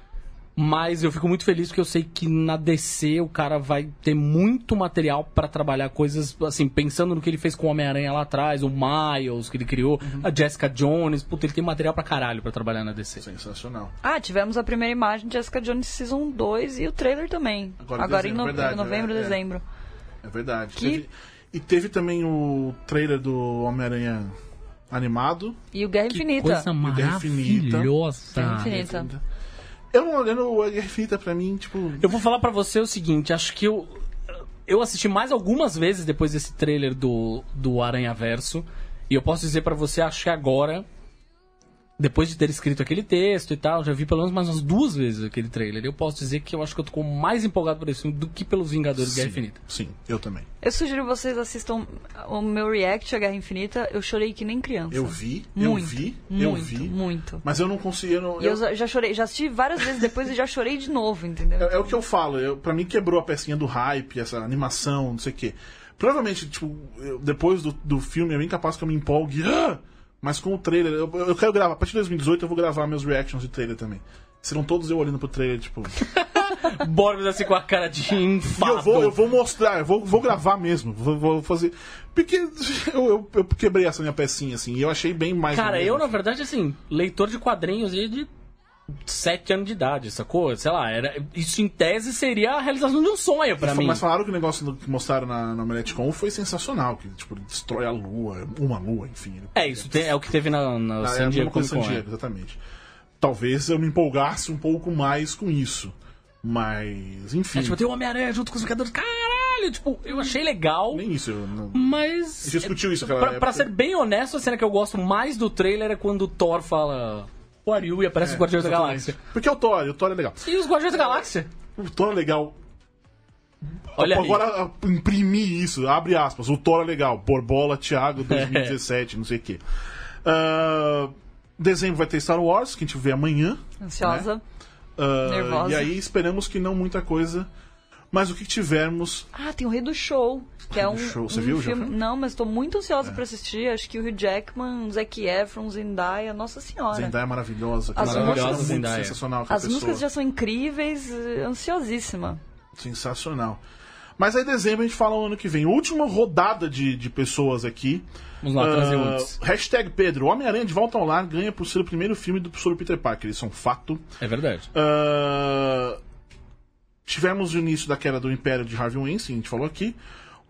Mas eu fico muito feliz porque eu sei que na DC o cara vai ter muito material pra trabalhar coisas, assim, pensando no que ele fez com o Homem-Aranha lá atrás, o Miles que ele criou, a Jessica Jones. Puta, ele tem material pra caralho pra trabalhar na DC.
é Sensacional.
Ah, tivemos a primeira imagem de Jessica Jones Season 2 e o trailer também.
Agora em
Agora,
dezembro,
em no-
verdade,
novembro,
é, é.
dezembro.
É verdade.
Que-
Teve- e teve também o trailer do Homem-Aranha animado.
E o Guerra
Que
Infinita.
coisa
infinita.
maravilhosa.
Infinita. Eita.
Eu não olhando a Guerra Infinita pra mim, tipo.
Eu vou falar pra você o seguinte, acho que eu eu assisti mais algumas vezes depois desse trailer do do Aranha Verso, e eu posso dizer pra você, acho que agora depois de ter escrito aquele texto e tal, já vi pelo menos mais umas duas vezes aquele trailer. Eu posso dizer que eu acho que eu tô mais empolgado por esse filme do que pelos Vingadores Guerra Infinita.
Sim, eu também.
Eu sugiro que vocês assistam o meu react a Guerra Infinita. Eu chorei que nem criança.
Eu vi,
muito,
eu vi,
muito,
eu vi.
muito.
Mas eu não consegui. Eu não,
E
eu-
eu já- já chorei, já assisti várias vezes depois e já chorei de novo, entendeu?
É, é o que eu falo, eu, pra mim quebrou a pecinha do hype, essa animação, não sei o quê. Provavelmente, tipo, eu- depois do, do filme é bem capaz que eu me empolgue. "Ah!" Mas com o trailer, eu, eu quero gravar. A partir de 2018 eu vou gravar meus reactions de trailer também. Serão todos eu olhando pro trailer, tipo.
Borbs assim com a cara de
E
enfado.
eu vou, eu vou mostrar, eu vou, vou gravar mesmo. Vou, vou fazer. Porque *laughs* eu, eu- eu quebrei essa minha pecinha, assim, e eu achei bem mais.
Cara,
do
eu
mesmo.
na verdade assim, leitor de quadrinhos e de sete anos de idade, sacou? Sei lá, era, isso em tese seria a realização de um sonho pra mim.
Mas falaram que o negócio do- que mostraram na, na Meletcon foi sensacional, que tipo, ele destrói a lua, uma lua, enfim. ele-
É, isso te- é o que teve na, na
Ah, é
San
a
Diego
mesma coisa
Comic
San
Con. é.
Diego, exatamente. Talvez eu me empolgasse um pouco mais com isso. Mas, enfim.
É, tipo, tem o Homem-Aranha junto com os Vingadores. Caralho, tipo, eu achei legal,
Nem isso. Eu não... A
mas. é,
gente discutiu isso é naquela
Hum, Pra,
época.
pra ser bem honesto, a cena que eu gosto mais do trailer é quando o Thor fala. O Ariu e aparece os Guardiões da
Exatamente.
Galáxia.
Porque é o Thor, e o Thor é legal.
E os Guardiões da Galáxia?
O Thor é legal.
Olha aí.
Agora ah, imprimir isso, abre aspas. O Thor é legal. Borbola,
*laughs*
Thiago, 2017, não sei o quê. Ah, dezembro vai ter Star Wars, que a gente vê amanhã.
Ansiosa.
Ah,
Nervosa.
E aí esperamos que não muita coisa. Mas o que tivermos.
Ah, tem o Rei do Show, que é
Rei
um,
do Show. Você
um
viu já, É.
filme...
Fran?
Não, mas tô muito ansiosa pra assistir. Acho que o Hugh Jackman, Zac Efron, Zendaya, nossa senhora.
Zendaya é maravilhosa.
As
cara.
músicas-
Muito
Zendaya.
sensacional. aquela
As músicas
pessoa.
já são incríveis, eh, ansiosíssima.
Sensacional. Mas aí, dezembro, a gente fala o ano que vem. Última rodada de, de pessoas aqui.
Vamos lá,
Ah,
transeuntes.
hashtag Pedro. Homem-Aranha de volta ao lar ganha por ser o primeiro filme do, sobre Peter Parker. Isso é um fato.
É verdade.
Ah, tivemos o início da queda do Império de Harvey Weinstein, a gente falou aqui.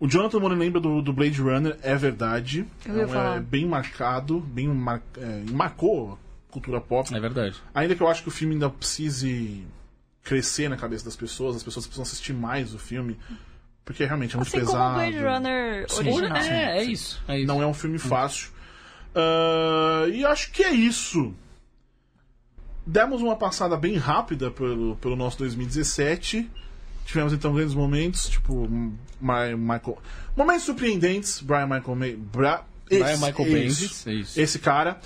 O Jonathan Moore lembra do, do Blade Runner, é verdade.
Eu ia
É um- é
falar.
bem marcado, bem mar, é, marcou a cultura pop.
É verdade.
Ainda que eu acho que o filme ainda precise crescer na cabeça das pessoas, as pessoas precisam assistir mais o filme, porque realmente é muito
Assim como o
pesado.
Blade Runner
Sim.
original.
Sim.
É, é isso. É isso.
Não é um filme fácil. Ah, e acho que é isso. Demos uma passada bem rápida pelo, pelo nosso 2017. Tivemos então grandes momentos, tipo My, Michael. Momentos surpreendentes, Brian Michael May. Bra-
Brian
esse-
Michael
esse-
Bendis, é isso.
Esse cara.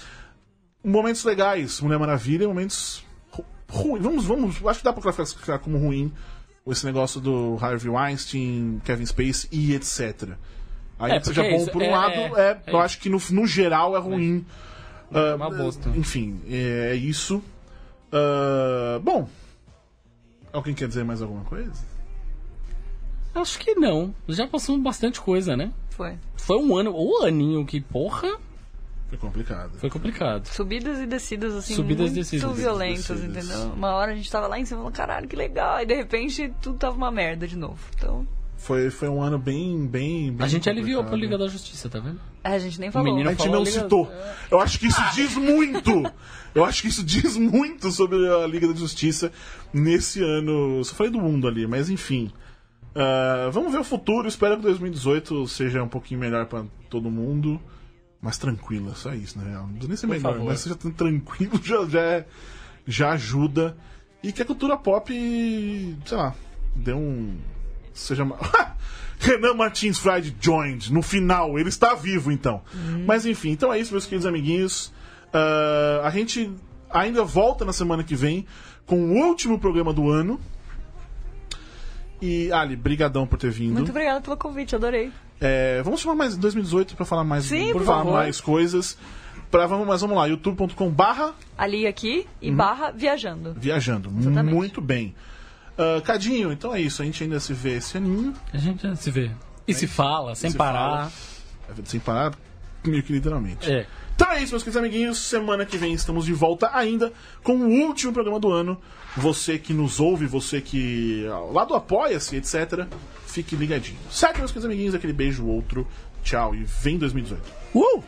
Momentos legais, Mulher Maravilha, momentos ru- ruins. Vamos, vamos. Acho que dá pra classificar como ruim esse negócio do Harvey Weinstein, Kevin Space e etc. Aí
É,
que seja
porque é
bom
isso,
por um
é-
lado,
é-
é, eu
é
acho que no, no geral é ruim. Ah,
uma bosta.
Enfim, é, é isso. Ah, bom. Alguém quer dizer mais alguma coisa?
Acho que não. Já passamos bastante coisa, né?
Foi.
Foi um ano, ou aninho que, porra,
Foi complicado.
foi complicado.
Subidas e descidas, assim,
Subidas e
muito
descidas.
violentas,
Subidas e descidas.
entendeu? Uma hora a gente tava lá em cima falando, caralho, que legal. E de repente tudo tava uma merda de novo. Então,
Foi, foi um ano bem, bem, bem
A gente aliviou pro
complicado. né?
Liga da Justiça, tá vendo?
é, a gente nem falou.
A
menino-
gente
Falou
não
Liga-
citou. Eu acho que isso diz muito. Eu acho que isso diz muito sobre a Liga da Justiça nesse ano. Eu Só falei do mundo ali, mas enfim. Ah, vamos ver o futuro. Espero que 2018 seja um pouquinho melhor pra todo mundo. Mas tranquila, só isso, na real. Não precisa nem ser melhor,
favor.
mas seja tran- tranquilo, *laughs* já, já, é- já ajuda. E que a cultura pop, sei lá, dê um. Seja. ma- *laughs* Renan Martins Fried joined no final, ele está vivo então.
Uhum.
Mas enfim, então é isso, meus queridos amiguinhos. Ah, a gente ainda volta na semana que vem com o último programa do ano. E, Ali, brigadão por ter vindo.
Muito obrigada pelo convite, adorei.
É, vamos chamar mais 2018 pra falar mais,
Sim,
pra
por
falar
favor.
mais coisas. Pra, vamos, mas vamos lá, youtube.com barra
Ali aqui e
Uhum.
barra viajando.
viajando.
Exatamente.
Muito bem. Ah, Cadinho, então é isso. A gente ainda se vê esse aninho.
A gente já se vê. E se fala, sem
se
parar.
fala. É, Sem parar, meio que literalmente.
É.
Então é isso, meus queridos amiguinhos. Semana que vem estamos de volta ainda com o último programa do ano. Você que nos ouve, você que ao lado apoia-se, etc. Fique ligadinho. Certo, meus queridos amiguinhos? Aquele beijo, outro. Tchau e vem 2018.
Uh!